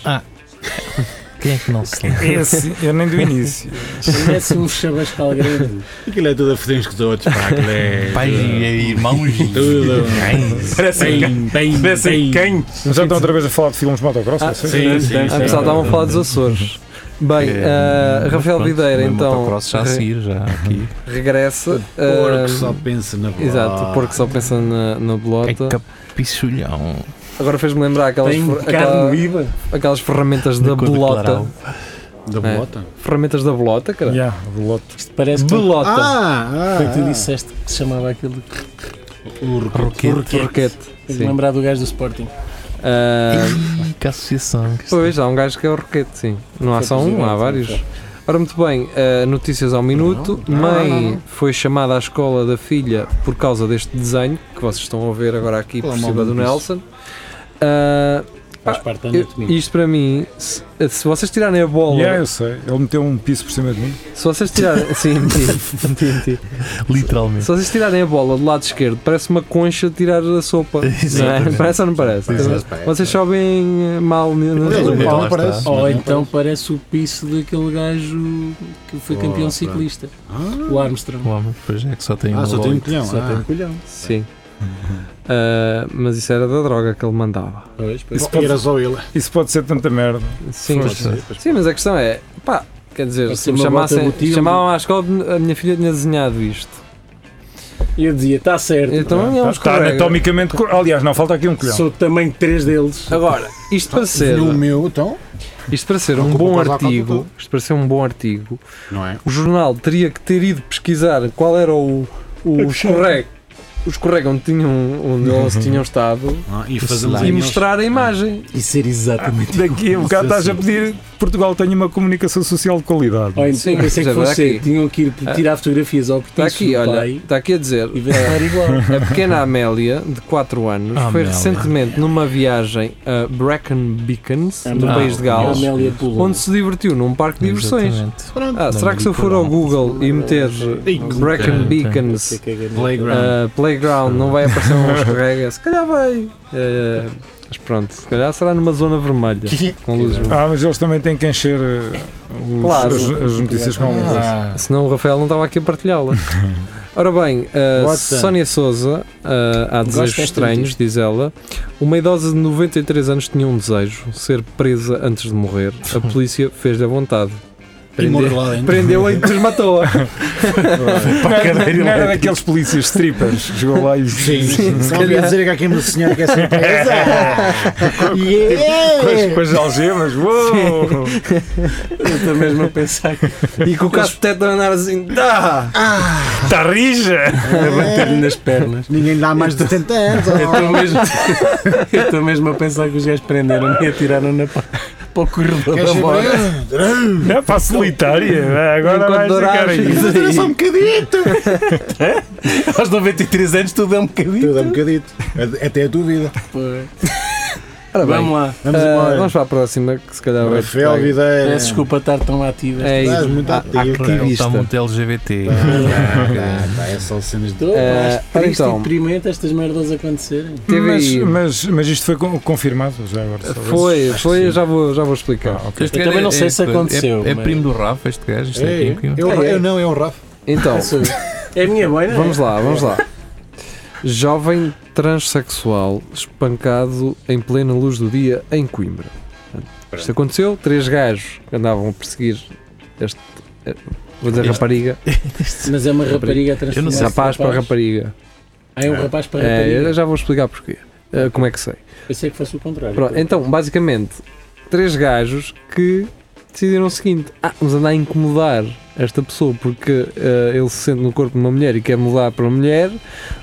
Speaker 4: Quem é que não se lembra?
Speaker 6: Esse, eu nem
Speaker 3: (laughs)
Speaker 6: do início.
Speaker 5: Parece um chabascal grande.
Speaker 2: Aquilo é tudo a fedens com os outros, pá. Aquilo
Speaker 4: (laughs)
Speaker 2: é.
Speaker 4: Pais e irmãos e
Speaker 2: Tudo.
Speaker 4: cães.
Speaker 6: Parecem cães.
Speaker 2: Bem, bem, bem.
Speaker 6: Parecem cães. Já estão outra vez a falar de filmes de motocross?
Speaker 3: Ah,
Speaker 6: não sei.
Speaker 2: sim, sim,
Speaker 3: Ah, pessoal, estavam a falar dos Açores. Bem,
Speaker 4: Que,
Speaker 3: ah,
Speaker 4: É, mas
Speaker 3: Rafael
Speaker 4: pronto,
Speaker 3: Videira
Speaker 4: o
Speaker 3: então
Speaker 4: motocross já a
Speaker 3: re-
Speaker 4: seguir, já aqui.
Speaker 3: regressa.
Speaker 2: Porco
Speaker 3: ah,
Speaker 2: só pensa na bola.
Speaker 3: Exato, o porco só pensa na, na
Speaker 4: É
Speaker 3: bolota.
Speaker 4: capichulhão.
Speaker 3: Agora fez-me lembrar aquelas,
Speaker 5: (laughs) Tem
Speaker 3: fer-
Speaker 5: carne
Speaker 3: aquela-
Speaker 5: no IVA.
Speaker 3: aquelas ferramentas da
Speaker 4: Cor de
Speaker 3: bolota.
Speaker 4: clarau.
Speaker 2: Da
Speaker 3: É.
Speaker 2: bolota?
Speaker 3: Ferramentas da bolota, cara?
Speaker 6: Yeah, Velote.
Speaker 5: Isto parece que foi
Speaker 3: Bolota.
Speaker 2: Ah, ah,
Speaker 5: que tu
Speaker 2: ah.
Speaker 5: disseste que se chamava aquilo. de-
Speaker 2: O
Speaker 4: Roquete.
Speaker 2: roquete.
Speaker 3: Roquete.
Speaker 5: Tenho de
Speaker 3: Sim.
Speaker 5: lembrar do gajo do Sporting.
Speaker 3: Ah,
Speaker 4: Ih, Que associação. que isto
Speaker 3: Pois, há um gajo que é o Roquete, sim. Não há
Speaker 5: Foi
Speaker 3: só um,
Speaker 5: possível,
Speaker 3: há vários.
Speaker 5: sim,
Speaker 3: Ora, muito bem, eh, notícias ao minuto.
Speaker 2: Não, não,
Speaker 3: Mãe
Speaker 2: não, não, não.
Speaker 3: foi chamada à escola da filha por causa deste desenho que vocês estão a ver agora aqui
Speaker 2: Fala
Speaker 3: por
Speaker 2: mal
Speaker 3: cima do
Speaker 2: disso.
Speaker 3: Nelson. Ah,
Speaker 5: Faz
Speaker 3: Ah,
Speaker 5: parte da
Speaker 3: eu-
Speaker 5: anatomia.
Speaker 3: isto para mim, se, eh, se vocês tirarem a bola,
Speaker 6: Yeah, eu sei. Ele meteu um piso por cima de mim.
Speaker 3: se vocês tirarem, sim, meti, meti, meti.
Speaker 4: Literalmente.
Speaker 3: se vocês tirarem a bola do lado esquerdo, parece uma concha tirar a sopa, não é?
Speaker 4: Exatamente.
Speaker 3: parece ou não parece?
Speaker 4: Exato.
Speaker 3: Vocês só veem eh, mal ne- nas
Speaker 2: é. Mas o
Speaker 4: Ele-
Speaker 3: imagens.
Speaker 2: Paulo
Speaker 4: lá está.
Speaker 2: aparece.
Speaker 5: Ou
Speaker 2: Mas não
Speaker 5: então parece o piso daquele gajo que foi
Speaker 2: Oh,
Speaker 5: campeão
Speaker 2: pronto.
Speaker 5: ciclista,
Speaker 2: aparece.
Speaker 5: o Armstrong.
Speaker 4: O homem, pois é que só tem
Speaker 2: Ah,
Speaker 4: uma
Speaker 2: ah, só tem um
Speaker 4: lógica.
Speaker 2: colhão.
Speaker 5: Só tem um
Speaker 2: Ah.
Speaker 5: colhão.
Speaker 3: Sim. (laughs) Ah, mas isso era da droga que ele mandava.
Speaker 5: Pois, pois.
Speaker 6: Isso pode-
Speaker 2: Era só ele.
Speaker 6: Isso pode ser tanta merda.
Speaker 3: Sim, sim, mas a questão é, pá, quer dizer,
Speaker 5: Pode
Speaker 3: se
Speaker 5: ser
Speaker 3: me
Speaker 5: uma bota
Speaker 3: chamassem,
Speaker 5: motivo.
Speaker 3: chamavam à escola, a minha filha tinha desenhado isto.
Speaker 5: E Eu dizia, está certo.
Speaker 3: Então é um
Speaker 6: Está, está
Speaker 3: escorrega.
Speaker 6: Tá, anatomicamente. cor- Aliás, não, falta aqui um colhão.
Speaker 5: Sou também três deles.
Speaker 3: Agora, isto
Speaker 2: Tá,
Speaker 3: para ser, é?
Speaker 2: Tinha o meu, então.
Speaker 3: isto para ser um
Speaker 2: Ocupa
Speaker 3: bom
Speaker 2: o casaco
Speaker 3: artigo,
Speaker 2: todo.
Speaker 3: isto para ser um bom artigo,
Speaker 2: Não é?
Speaker 3: o jornal teria que ter ido pesquisar qual era o, o escorrega, o escorrega onde tinham, onde eles tinham estado
Speaker 2: Ah, e fazemos
Speaker 3: e
Speaker 2: aí nós-
Speaker 3: mostrar a imagem.
Speaker 5: (laughs) E ser exatamente.
Speaker 6: Daqui a bocado
Speaker 5: Sim,
Speaker 6: estás a
Speaker 5: sim.
Speaker 6: pedir que Portugal tenha uma comunicação social de qualidade.
Speaker 5: Ou então,
Speaker 3: Sim,
Speaker 5: pensei que
Speaker 3: já vai
Speaker 5: fosse,
Speaker 3: aqui.
Speaker 5: tinham que ir tirar fotografias ao
Speaker 3: Está
Speaker 5: petiço
Speaker 3: Tá aqui,
Speaker 5: do
Speaker 3: olha,
Speaker 5: pai
Speaker 3: está aqui a dizer,
Speaker 5: e ver se era (laughs) igual.
Speaker 3: A pequena Amélia, de 4 anos,
Speaker 4: Amélia.
Speaker 3: foi recentemente numa viagem a Brecon Beacons, no
Speaker 4: Não.
Speaker 3: país de Gales,
Speaker 5: Amélia Pula.
Speaker 3: onde se divertiu num parque de diversões.
Speaker 4: Exatamente.
Speaker 3: Ah, será que se eu
Speaker 4: Não,
Speaker 3: for ao
Speaker 4: não.
Speaker 3: Google e meter Brecon
Speaker 4: Tem, tem.
Speaker 3: Beacons
Speaker 2: Playground.
Speaker 3: ah, Playground, não vai aparecer um escorrega? Se calhar vai. Eh, mas pronto, se calhar será numa zona vermelha, com luzes vermelhas.
Speaker 6: Ah, mas eles também têm que encher eh, os-
Speaker 3: Claro.
Speaker 6: as, as notícias com alguma coisa.
Speaker 4: Ah,
Speaker 3: Senão o Rafael não estava aqui a partilhá-la. Ora bem, a
Speaker 2: Watson.
Speaker 3: Sónia Souza, ah, há desejos
Speaker 5: desta
Speaker 3: estranhos, diz ela. Uma idosa de 93 anos tinha um desejo, ser presa antes de morrer. A polícia fez-lhe a vontade.
Speaker 2: E morre
Speaker 3: Prendeu-
Speaker 2: lá dentro.
Speaker 3: Prendeu-a e depois matou-a.
Speaker 6: Não era- Não era daqueles polícias strippers. Chegou lá e.
Speaker 2: Sim, sim.
Speaker 3: se
Speaker 2: Não havia
Speaker 3: calhar.
Speaker 2: dizer que há aqui uma senhora que é surpresa.
Speaker 6: Com as, com as algemas. Uou!
Speaker 5: Estou mesmo a pensar que
Speaker 3: E com o caso de teto a andar assim, dá!
Speaker 6: Está rija!
Speaker 5: a bater-lhe nas
Speaker 2: (laughs)
Speaker 5: pernas.
Speaker 2: Ninguém dá mais de 70 anos.
Speaker 5: Eu estou mesmo, (laughs) eu estou mesmo a pensar que os gajos prenderam-me e atiraram na para, para o corredor
Speaker 2: Queres
Speaker 5: da
Speaker 2: ir
Speaker 5: bola.
Speaker 2: ver?
Speaker 6: É para a solitária. vai, Agora
Speaker 3: Enquanto
Speaker 6: vai
Speaker 3: dourar
Speaker 6: ficar
Speaker 3: os
Speaker 6: aí.
Speaker 3: filhos.
Speaker 2: Mas era só um bocadito.
Speaker 5: Aos 93 anos tudo é um bocadinho.
Speaker 2: Tudo é um bocadito. Até a tua vida.
Speaker 3: Ora Tá bem,
Speaker 5: Vamos lá.
Speaker 3: ah,
Speaker 2: Vamos embora.
Speaker 3: vamos para a próxima, que se calhar vai.
Speaker 2: Rafael Videira.
Speaker 5: Peço desculpa estar tão ativo.
Speaker 3: É
Speaker 2: Tu
Speaker 3: isso.
Speaker 2: és muito
Speaker 3: a-
Speaker 2: ativo.
Speaker 4: ele
Speaker 3: ativista.
Speaker 4: está muito LGBT.
Speaker 2: É só cenas de.
Speaker 5: Estou mais
Speaker 3: Eh,
Speaker 5: triste
Speaker 3: então.
Speaker 5: e deprimente estas merdas acontecerem.
Speaker 6: Mas,
Speaker 3: TVI.
Speaker 6: mas, mas isto foi con- confirmado já agora. só
Speaker 3: Foi,
Speaker 6: vezes.
Speaker 3: foi, eu já vou, já vou explicar.
Speaker 6: Ah, ok.
Speaker 5: Eu
Speaker 4: Este gajo
Speaker 5: também não sei se
Speaker 4: é-
Speaker 5: aconteceu,
Speaker 4: É, é
Speaker 5: mas-
Speaker 4: primo do Rafa, este gajo. Isto é,
Speaker 2: É,
Speaker 4: quem- quem-
Speaker 2: eu,
Speaker 5: É.
Speaker 2: eu não, é o Rafa.
Speaker 3: Então,
Speaker 5: É a minha boina? é?
Speaker 3: Vamos lá, vamos lá. Jovem transexual espancado em plena luz do dia em Coimbra. Isto aconteceu, três gajos que andavam a perseguir este. eh, Vou dizer
Speaker 4: Este-
Speaker 3: rapariga.
Speaker 5: Mas é uma rapariga transformada.
Speaker 4: Eu não sei.
Speaker 3: rapaz para rapariga.
Speaker 5: Ah, é um rapaz para
Speaker 3: É,
Speaker 5: rapariga.
Speaker 3: eu já vou explicar porquê. Eh, Como é que sei?
Speaker 5: Pensei que fosse o contrário.
Speaker 3: Pronto, então, basicamente, três gajos que decidiram o seguinte: ah, vamos andar a incomodar esta pessoa porque eh, ele se sente no corpo de uma mulher e quer mudar para uma mulher,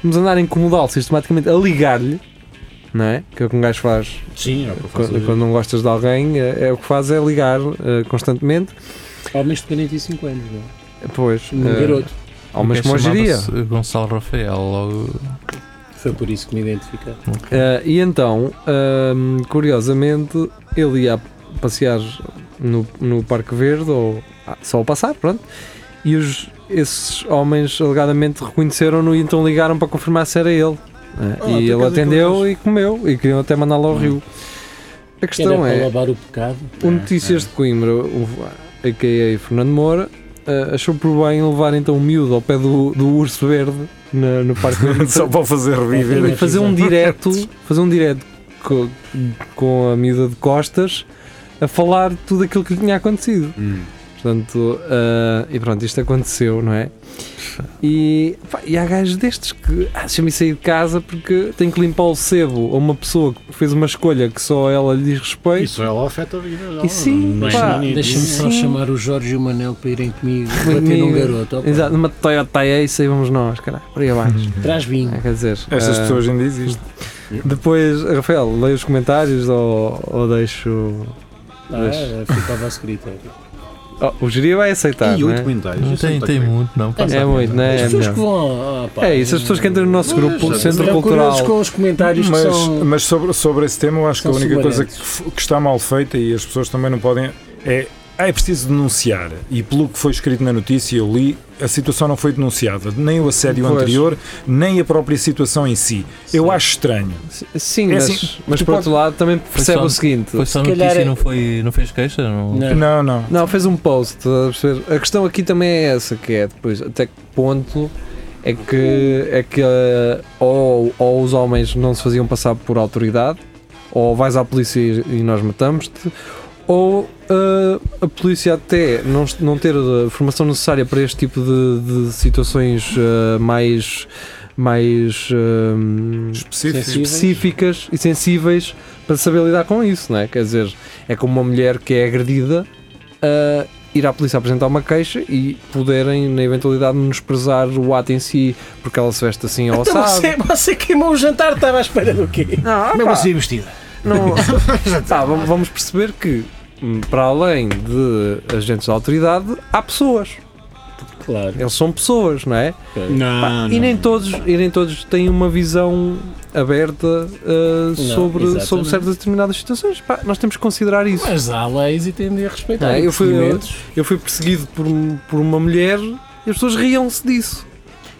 Speaker 3: vamos andar a incomodá-lo sistematicamente, a ligar-lhe, não é? Que é o que um gajo faz
Speaker 2: Sim, é o que eu faço.
Speaker 3: quando, quando não gostas de alguém, eh, é o que faz é ligar eh, constantemente.
Speaker 5: Homens de 45 anos, não é?
Speaker 3: Pois,
Speaker 5: Um
Speaker 3: eh,
Speaker 5: garoto.
Speaker 3: há uma
Speaker 4: quem
Speaker 3: esmogeria.
Speaker 4: chamava-se é Gonçalo Rafael, logo.
Speaker 5: Foi por isso que me identifiquei.
Speaker 3: Ah, e então, ahm, curiosamente, ele ia passear no, no Parque Verde, ou ah, só ao passar, pronto, e os esses homens alegadamente reconheceram-no e então ligaram para confirmar se era ele. né?
Speaker 2: Ah, tu
Speaker 3: e ele
Speaker 2: queres
Speaker 3: atendeu
Speaker 2: aquelas-
Speaker 3: e comeu e queriam até mandá-lo ao rio. A É.
Speaker 5: Que era
Speaker 3: questão Hum.
Speaker 5: para
Speaker 3: é,
Speaker 5: lavar o pecado.
Speaker 3: o Notícias de Coimbra, o a.k.a. Fernando Moura, eh, achou por bem levar então o miúdo ao pé do, do urso verde na- no (laughs) Parque Verde
Speaker 6: Só para o fazer reviver.
Speaker 3: e fazer um direto, fazer um direto co- com a miúda de costas a falar tudo aquilo que lhe tinha acontecido.
Speaker 2: Hum.
Speaker 3: Portanto, ah, e pronto, isto aconteceu, não é? E, pá, e há gajos destes que ah, deixa-me sair de casa porque tenho que limpar o sebo a uma pessoa que fez uma escolha que só ela lhe diz respeito.
Speaker 2: Isso é ela afeta a vida. dela,
Speaker 3: E sim,
Speaker 2: não é?
Speaker 3: pá,
Speaker 2: Não é?
Speaker 5: Deixa-me
Speaker 2: Sim.
Speaker 5: só
Speaker 3: Sim.
Speaker 5: chamar o Jorge e o Manel para irem comigo bater num
Speaker 3: Comigo.
Speaker 5: garoto. opa.
Speaker 3: Exato, numa Toyota Ace e vamos nós, caralho, por aí abaixo.
Speaker 5: Traz vinho.
Speaker 3: É, quer dizer,
Speaker 6: Estas
Speaker 3: ah,
Speaker 6: pessoas ainda existem.
Speaker 3: Depois, Rafael, leio os comentários ou, ou deixo. deixo-
Speaker 5: Ah, fica ao vosso critério.
Speaker 3: Oh, o Jiria vai aceitar.
Speaker 2: E
Speaker 3: não é?
Speaker 2: oito comentários.
Speaker 4: Não
Speaker 2: Isso
Speaker 4: tem,
Speaker 2: tá
Speaker 4: tem
Speaker 2: comigo.
Speaker 4: muito, né? não.
Speaker 5: Tem
Speaker 4: passa
Speaker 3: É
Speaker 4: a
Speaker 3: muito, não
Speaker 4: pena.
Speaker 3: é?
Speaker 5: As
Speaker 3: É,
Speaker 5: pessoas que
Speaker 3: melhor.
Speaker 5: vão ao- ao- pá,
Speaker 3: É isso, as pessoas que entram no nosso
Speaker 2: Mas,
Speaker 3: grupo, o
Speaker 2: sabe,
Speaker 3: Centro
Speaker 5: estão curiosos
Speaker 3: Cultural.
Speaker 5: com os comentários que
Speaker 6: Mas,
Speaker 5: são.
Speaker 6: mas sobre, sobre esse tema, eu acho que a
Speaker 5: são
Speaker 6: única coisa que,
Speaker 5: sugerentes.
Speaker 6: f- que está mal feita e as pessoas também não podem. é ah, é preciso denunciar. E pelo que foi escrito na notícia, eu li, a situação não foi denunciada. Nem o assédio
Speaker 3: Pois.
Speaker 6: anterior, nem a própria situação em si. Eu acho estranho.
Speaker 3: Sim,
Speaker 6: É
Speaker 3: mas,
Speaker 6: assim,
Speaker 3: mas
Speaker 6: tu
Speaker 3: por
Speaker 6: pode-
Speaker 3: outro lado também percebe
Speaker 4: só-
Speaker 3: o seguinte.
Speaker 4: Foi só
Speaker 5: Se calhar
Speaker 4: notícia
Speaker 5: é-
Speaker 4: e não, foi, não fez queixa? Não.
Speaker 5: Não.
Speaker 6: Não, não.
Speaker 3: Não, fez um post, estás a perceber? A questão aqui também é essa, que é depois até que ponto é que, é que eh, ou, ou os homens não se faziam passar por autoridade, ou vais à polícia e nós matamos-te, ou eh, a polícia até não, est- não ter a formação necessária para este tipo de, de situações eh, mais, mais eh,
Speaker 6: Específico.
Speaker 3: específicas e sensíveis para saber lidar com isso, não é? Quer dizer, é como uma mulher que é agredida ah, ir à polícia apresentar uma queixa e poderem, na eventualidade, menosprezar o ato em si, porque ela se veste assim ou
Speaker 5: Então
Speaker 3: assado.
Speaker 5: você, você queimou o jantar, estava à espera do quê?
Speaker 3: Não,
Speaker 2: Como é que
Speaker 3: pá,
Speaker 5: assim.
Speaker 2: você ia vestida?
Speaker 3: não- Tá, vamos vamos perceber que, hum, para além de agentes da autoridade, há pessoas.
Speaker 5: Claro.
Speaker 3: Eles são pessoas, não é?
Speaker 2: Não,
Speaker 3: e, nem todos, e nem todos têm uma visão aberta ah, sobre,
Speaker 5: exatamente.
Speaker 3: sobre certas determinadas situações. Pá, nós temos que considerar isso.
Speaker 5: Mas há leis e tendem a respeitar.
Speaker 3: Ah,
Speaker 5: E
Speaker 3: eu fui-
Speaker 5: procedimentos.
Speaker 3: Eu fui perseguido por, um- por uma mulher e as pessoas riam-se disso.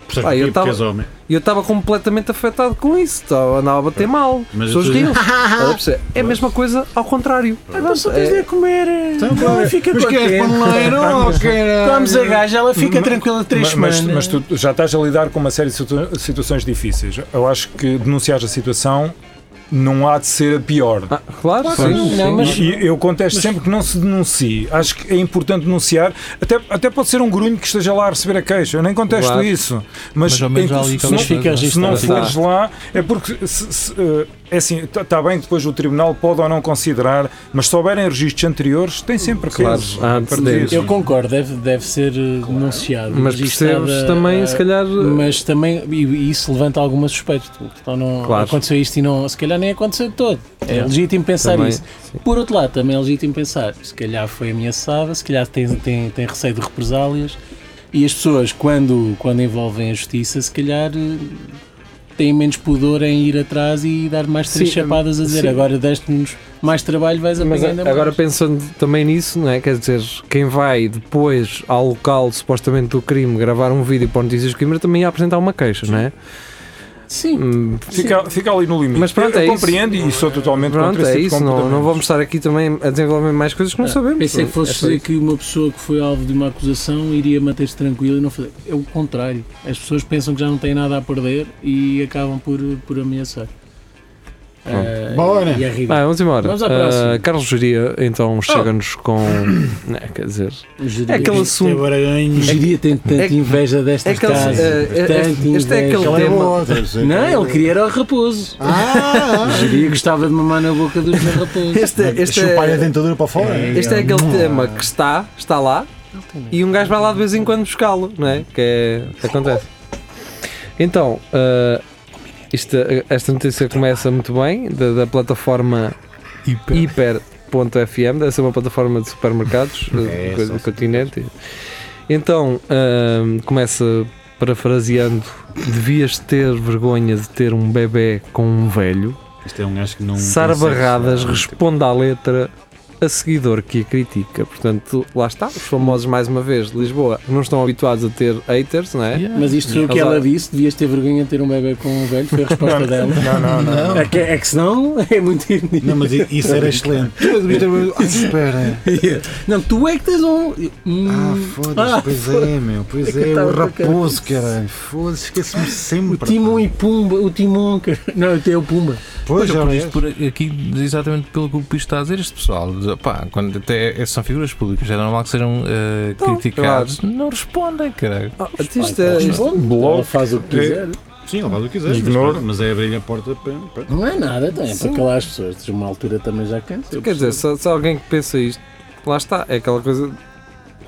Speaker 2: Percebes
Speaker 3: Ah, eu
Speaker 2: porquê?
Speaker 3: tava-
Speaker 2: Porque és homem.
Speaker 3: E eu estava completamente afetado com isso. Tava, andava a bater mal.
Speaker 2: Mas
Speaker 3: as pessoas
Speaker 2: tu-
Speaker 5: (laughs)
Speaker 3: riam. é a mesma coisa ao contrário.
Speaker 5: Então só tens
Speaker 3: É-
Speaker 5: de comer.
Speaker 2: Então,
Speaker 5: ela fica
Speaker 2: Mas que és
Speaker 5: contente.
Speaker 2: paneleiro ou que era-
Speaker 5: Comes a gaja, ela fica
Speaker 6: Mas-
Speaker 5: tranquila três
Speaker 6: Mas, mas,
Speaker 5: semanas.
Speaker 6: mas tu já estás a lidar com uma série de situa- situações difíceis. Eu acho que denunciares a situação não há de ser a pior.
Speaker 3: Ah, claro,
Speaker 5: Claro
Speaker 3: sim,
Speaker 5: que não,
Speaker 3: sim.
Speaker 5: mas-
Speaker 6: E eu contesto sempre que não se denuncie. Acho que é importante denunciar. Até, até pode ser um grunho que esteja lá a receber a queixa. Eu nem contesto
Speaker 3: Claro.
Speaker 6: isso. Mas,
Speaker 4: Mas ao menos
Speaker 6: em-
Speaker 4: há ali
Speaker 6: se,
Speaker 4: aquela
Speaker 6: não,
Speaker 5: mas fica
Speaker 4: coisa.
Speaker 5: registado.
Speaker 6: se não
Speaker 3: Está.
Speaker 6: fores lá, é porque se- se, eh, é assim, está bem que depois o tribunal pode ou não considerar, mas se houverem registros anteriores, tem sempre
Speaker 3: Claro,
Speaker 6: peso.
Speaker 3: há antecedentes.
Speaker 5: Eu concordo, deve, deve ser eh, denunciado.
Speaker 3: Mas
Speaker 5: registada,
Speaker 3: percebes também,
Speaker 5: eh,
Speaker 3: se calhar.
Speaker 5: Mas também, e, e isso levanta alguma suspeita. Então não
Speaker 3: Claro.
Speaker 5: aconteceu isto e não, se calhar nem aconteceu de todo. É
Speaker 3: Yeah.
Speaker 5: legítimo pensar
Speaker 3: também,
Speaker 5: isso.
Speaker 3: sim.
Speaker 5: Por outro lado, também é legítimo pensar, se calhar foi ameaçada, se calhar tem, tem, tem receio de represálias. E as pessoas, quando, quando envolvem a justiça, se calhar eh, têm menos pudor em ir atrás e dar mais três
Speaker 3: Sim,
Speaker 5: chapadas a dizer
Speaker 3: sim.
Speaker 5: agora deste-nos mais trabalho, vais
Speaker 3: Mas
Speaker 5: apanhar ainda mais.
Speaker 3: agora pensando também nisso, não é? Quer dizer, quem vai depois ao local supostamente do crime gravar um vídeo para o Notícias de Coimbra também ia apresentar uma queixa, não é?
Speaker 5: Sim,
Speaker 3: Hum,
Speaker 6: Fica, fica ali no limite.
Speaker 3: Mas pronto,
Speaker 6: eu
Speaker 3: é isso.
Speaker 6: compreendo e sou totalmente
Speaker 3: Pronto,
Speaker 6: contra esse
Speaker 3: é
Speaker 6: tipo
Speaker 3: isso.
Speaker 6: de
Speaker 3: Não, não
Speaker 6: comportamento.
Speaker 3: vamos estar aqui também a desenvolver mais coisas que não
Speaker 5: Ah,
Speaker 3: sabemos.
Speaker 5: Pensei que
Speaker 3: É
Speaker 5: fosse
Speaker 3: só
Speaker 5: dizer
Speaker 3: isso.
Speaker 5: que uma pessoa que foi alvo de uma acusação iria manter-se tranquila e não fazer. É o contrário. As pessoas pensam que já não têm nada a perder e acabam por, por ameaçar. Ah,
Speaker 2: Bora.
Speaker 5: E é ridículo.
Speaker 3: Ah, vamos embora.
Speaker 5: Vamos à próxima. Ah.
Speaker 3: Ah, Carlos Geria então chega-nos
Speaker 5: (coughs)
Speaker 3: com. É, quer dizer.
Speaker 5: O geria-
Speaker 3: É aquele
Speaker 2: Tem
Speaker 3: assunto.
Speaker 5: o
Speaker 2: baralhinhos.
Speaker 5: geria tem tanta
Speaker 3: é que-
Speaker 5: inveja destas
Speaker 3: é aquele-
Speaker 5: casas.
Speaker 3: é- é-
Speaker 5: tanta
Speaker 3: este- este é
Speaker 5: inveja.
Speaker 3: aquele-
Speaker 2: Aquela é
Speaker 3: tema.
Speaker 2: boa. deve ser.
Speaker 5: Não, ele queria era o raposo.
Speaker 2: Ah,
Speaker 5: O geria gostava de mamar na boca dos raposos.
Speaker 3: Este, este,
Speaker 2: Chupar a
Speaker 3: é,
Speaker 2: dentadura para fora.
Speaker 3: este é aquele tema que está, está lá e um gajo vai lá de vez em quando buscá-lo, não é? Que é, acontece. Então, ah, isto- eh, esta notícia começa muito bem, da- da plataforma
Speaker 4: Hiper.
Speaker 3: hiper.fm, deve ser uma plataforma de supermercados
Speaker 2: É,
Speaker 3: eh, do
Speaker 2: são
Speaker 3: continente. Então, ahm, começa parafraseando: devias ter vergonha de ter um bebê com um velho.
Speaker 2: Isto é um gajo que não.
Speaker 3: Sara
Speaker 2: tem sexo,
Speaker 3: Barradas
Speaker 2: não é?
Speaker 3: responde à letra a seguidor que a critica. Portanto, lá está, os famosos, mais uma vez, de Lisboa, não estão habituados a ter haters, não é?
Speaker 5: Mas isto foi o que
Speaker 3: Eles-
Speaker 5: ela disse, devias ter vergonha de ter um bebê com um velho, foi a resposta dela.
Speaker 6: Não, não, não.
Speaker 5: É que, é que senão (laughs) é muito indigno.
Speaker 2: Não, mas i- isso era excelente. Tu devias ter. Ah, espera.
Speaker 5: (laughs) Não, tu é que tens um. Hum,
Speaker 2: Ah, foda-se.
Speaker 5: ah,
Speaker 2: pois é, meu. Pois
Speaker 5: É que
Speaker 2: é,
Speaker 5: eu
Speaker 2: o
Speaker 5: tava-
Speaker 2: raposo, caralho. Foda-se, esquece-me sempre.
Speaker 5: o Timon
Speaker 2: pá.
Speaker 5: e Pumba, o Timon, cara. (laughs) Não, até o Pumba.
Speaker 2: Pois, é,
Speaker 4: Olha,
Speaker 2: já
Speaker 4: é, por
Speaker 2: viste?
Speaker 4: isto, por aqui, exatamente pelo que o Pisto está a dizer, este pessoal, pá, quando até são figuras públicas, é normal que sejam eh,
Speaker 3: Então,
Speaker 4: criticados. Não respondem, caralho.
Speaker 3: Ah, isto é- isto-
Speaker 5: Ela faz o que quiser.
Speaker 2: Sim, ele faz o que quiser. mas
Speaker 6: Ignoro.
Speaker 2: pá, Mas é abrir a porta para. para-
Speaker 5: Não é nada, então, é
Speaker 3: Sim.
Speaker 5: para calar as pessoas. De uma altura também já cansa. eu
Speaker 3: Quer dizer,
Speaker 5: percebo.
Speaker 3: se, se alguém que pensa isto, lá está, é aquela coisa.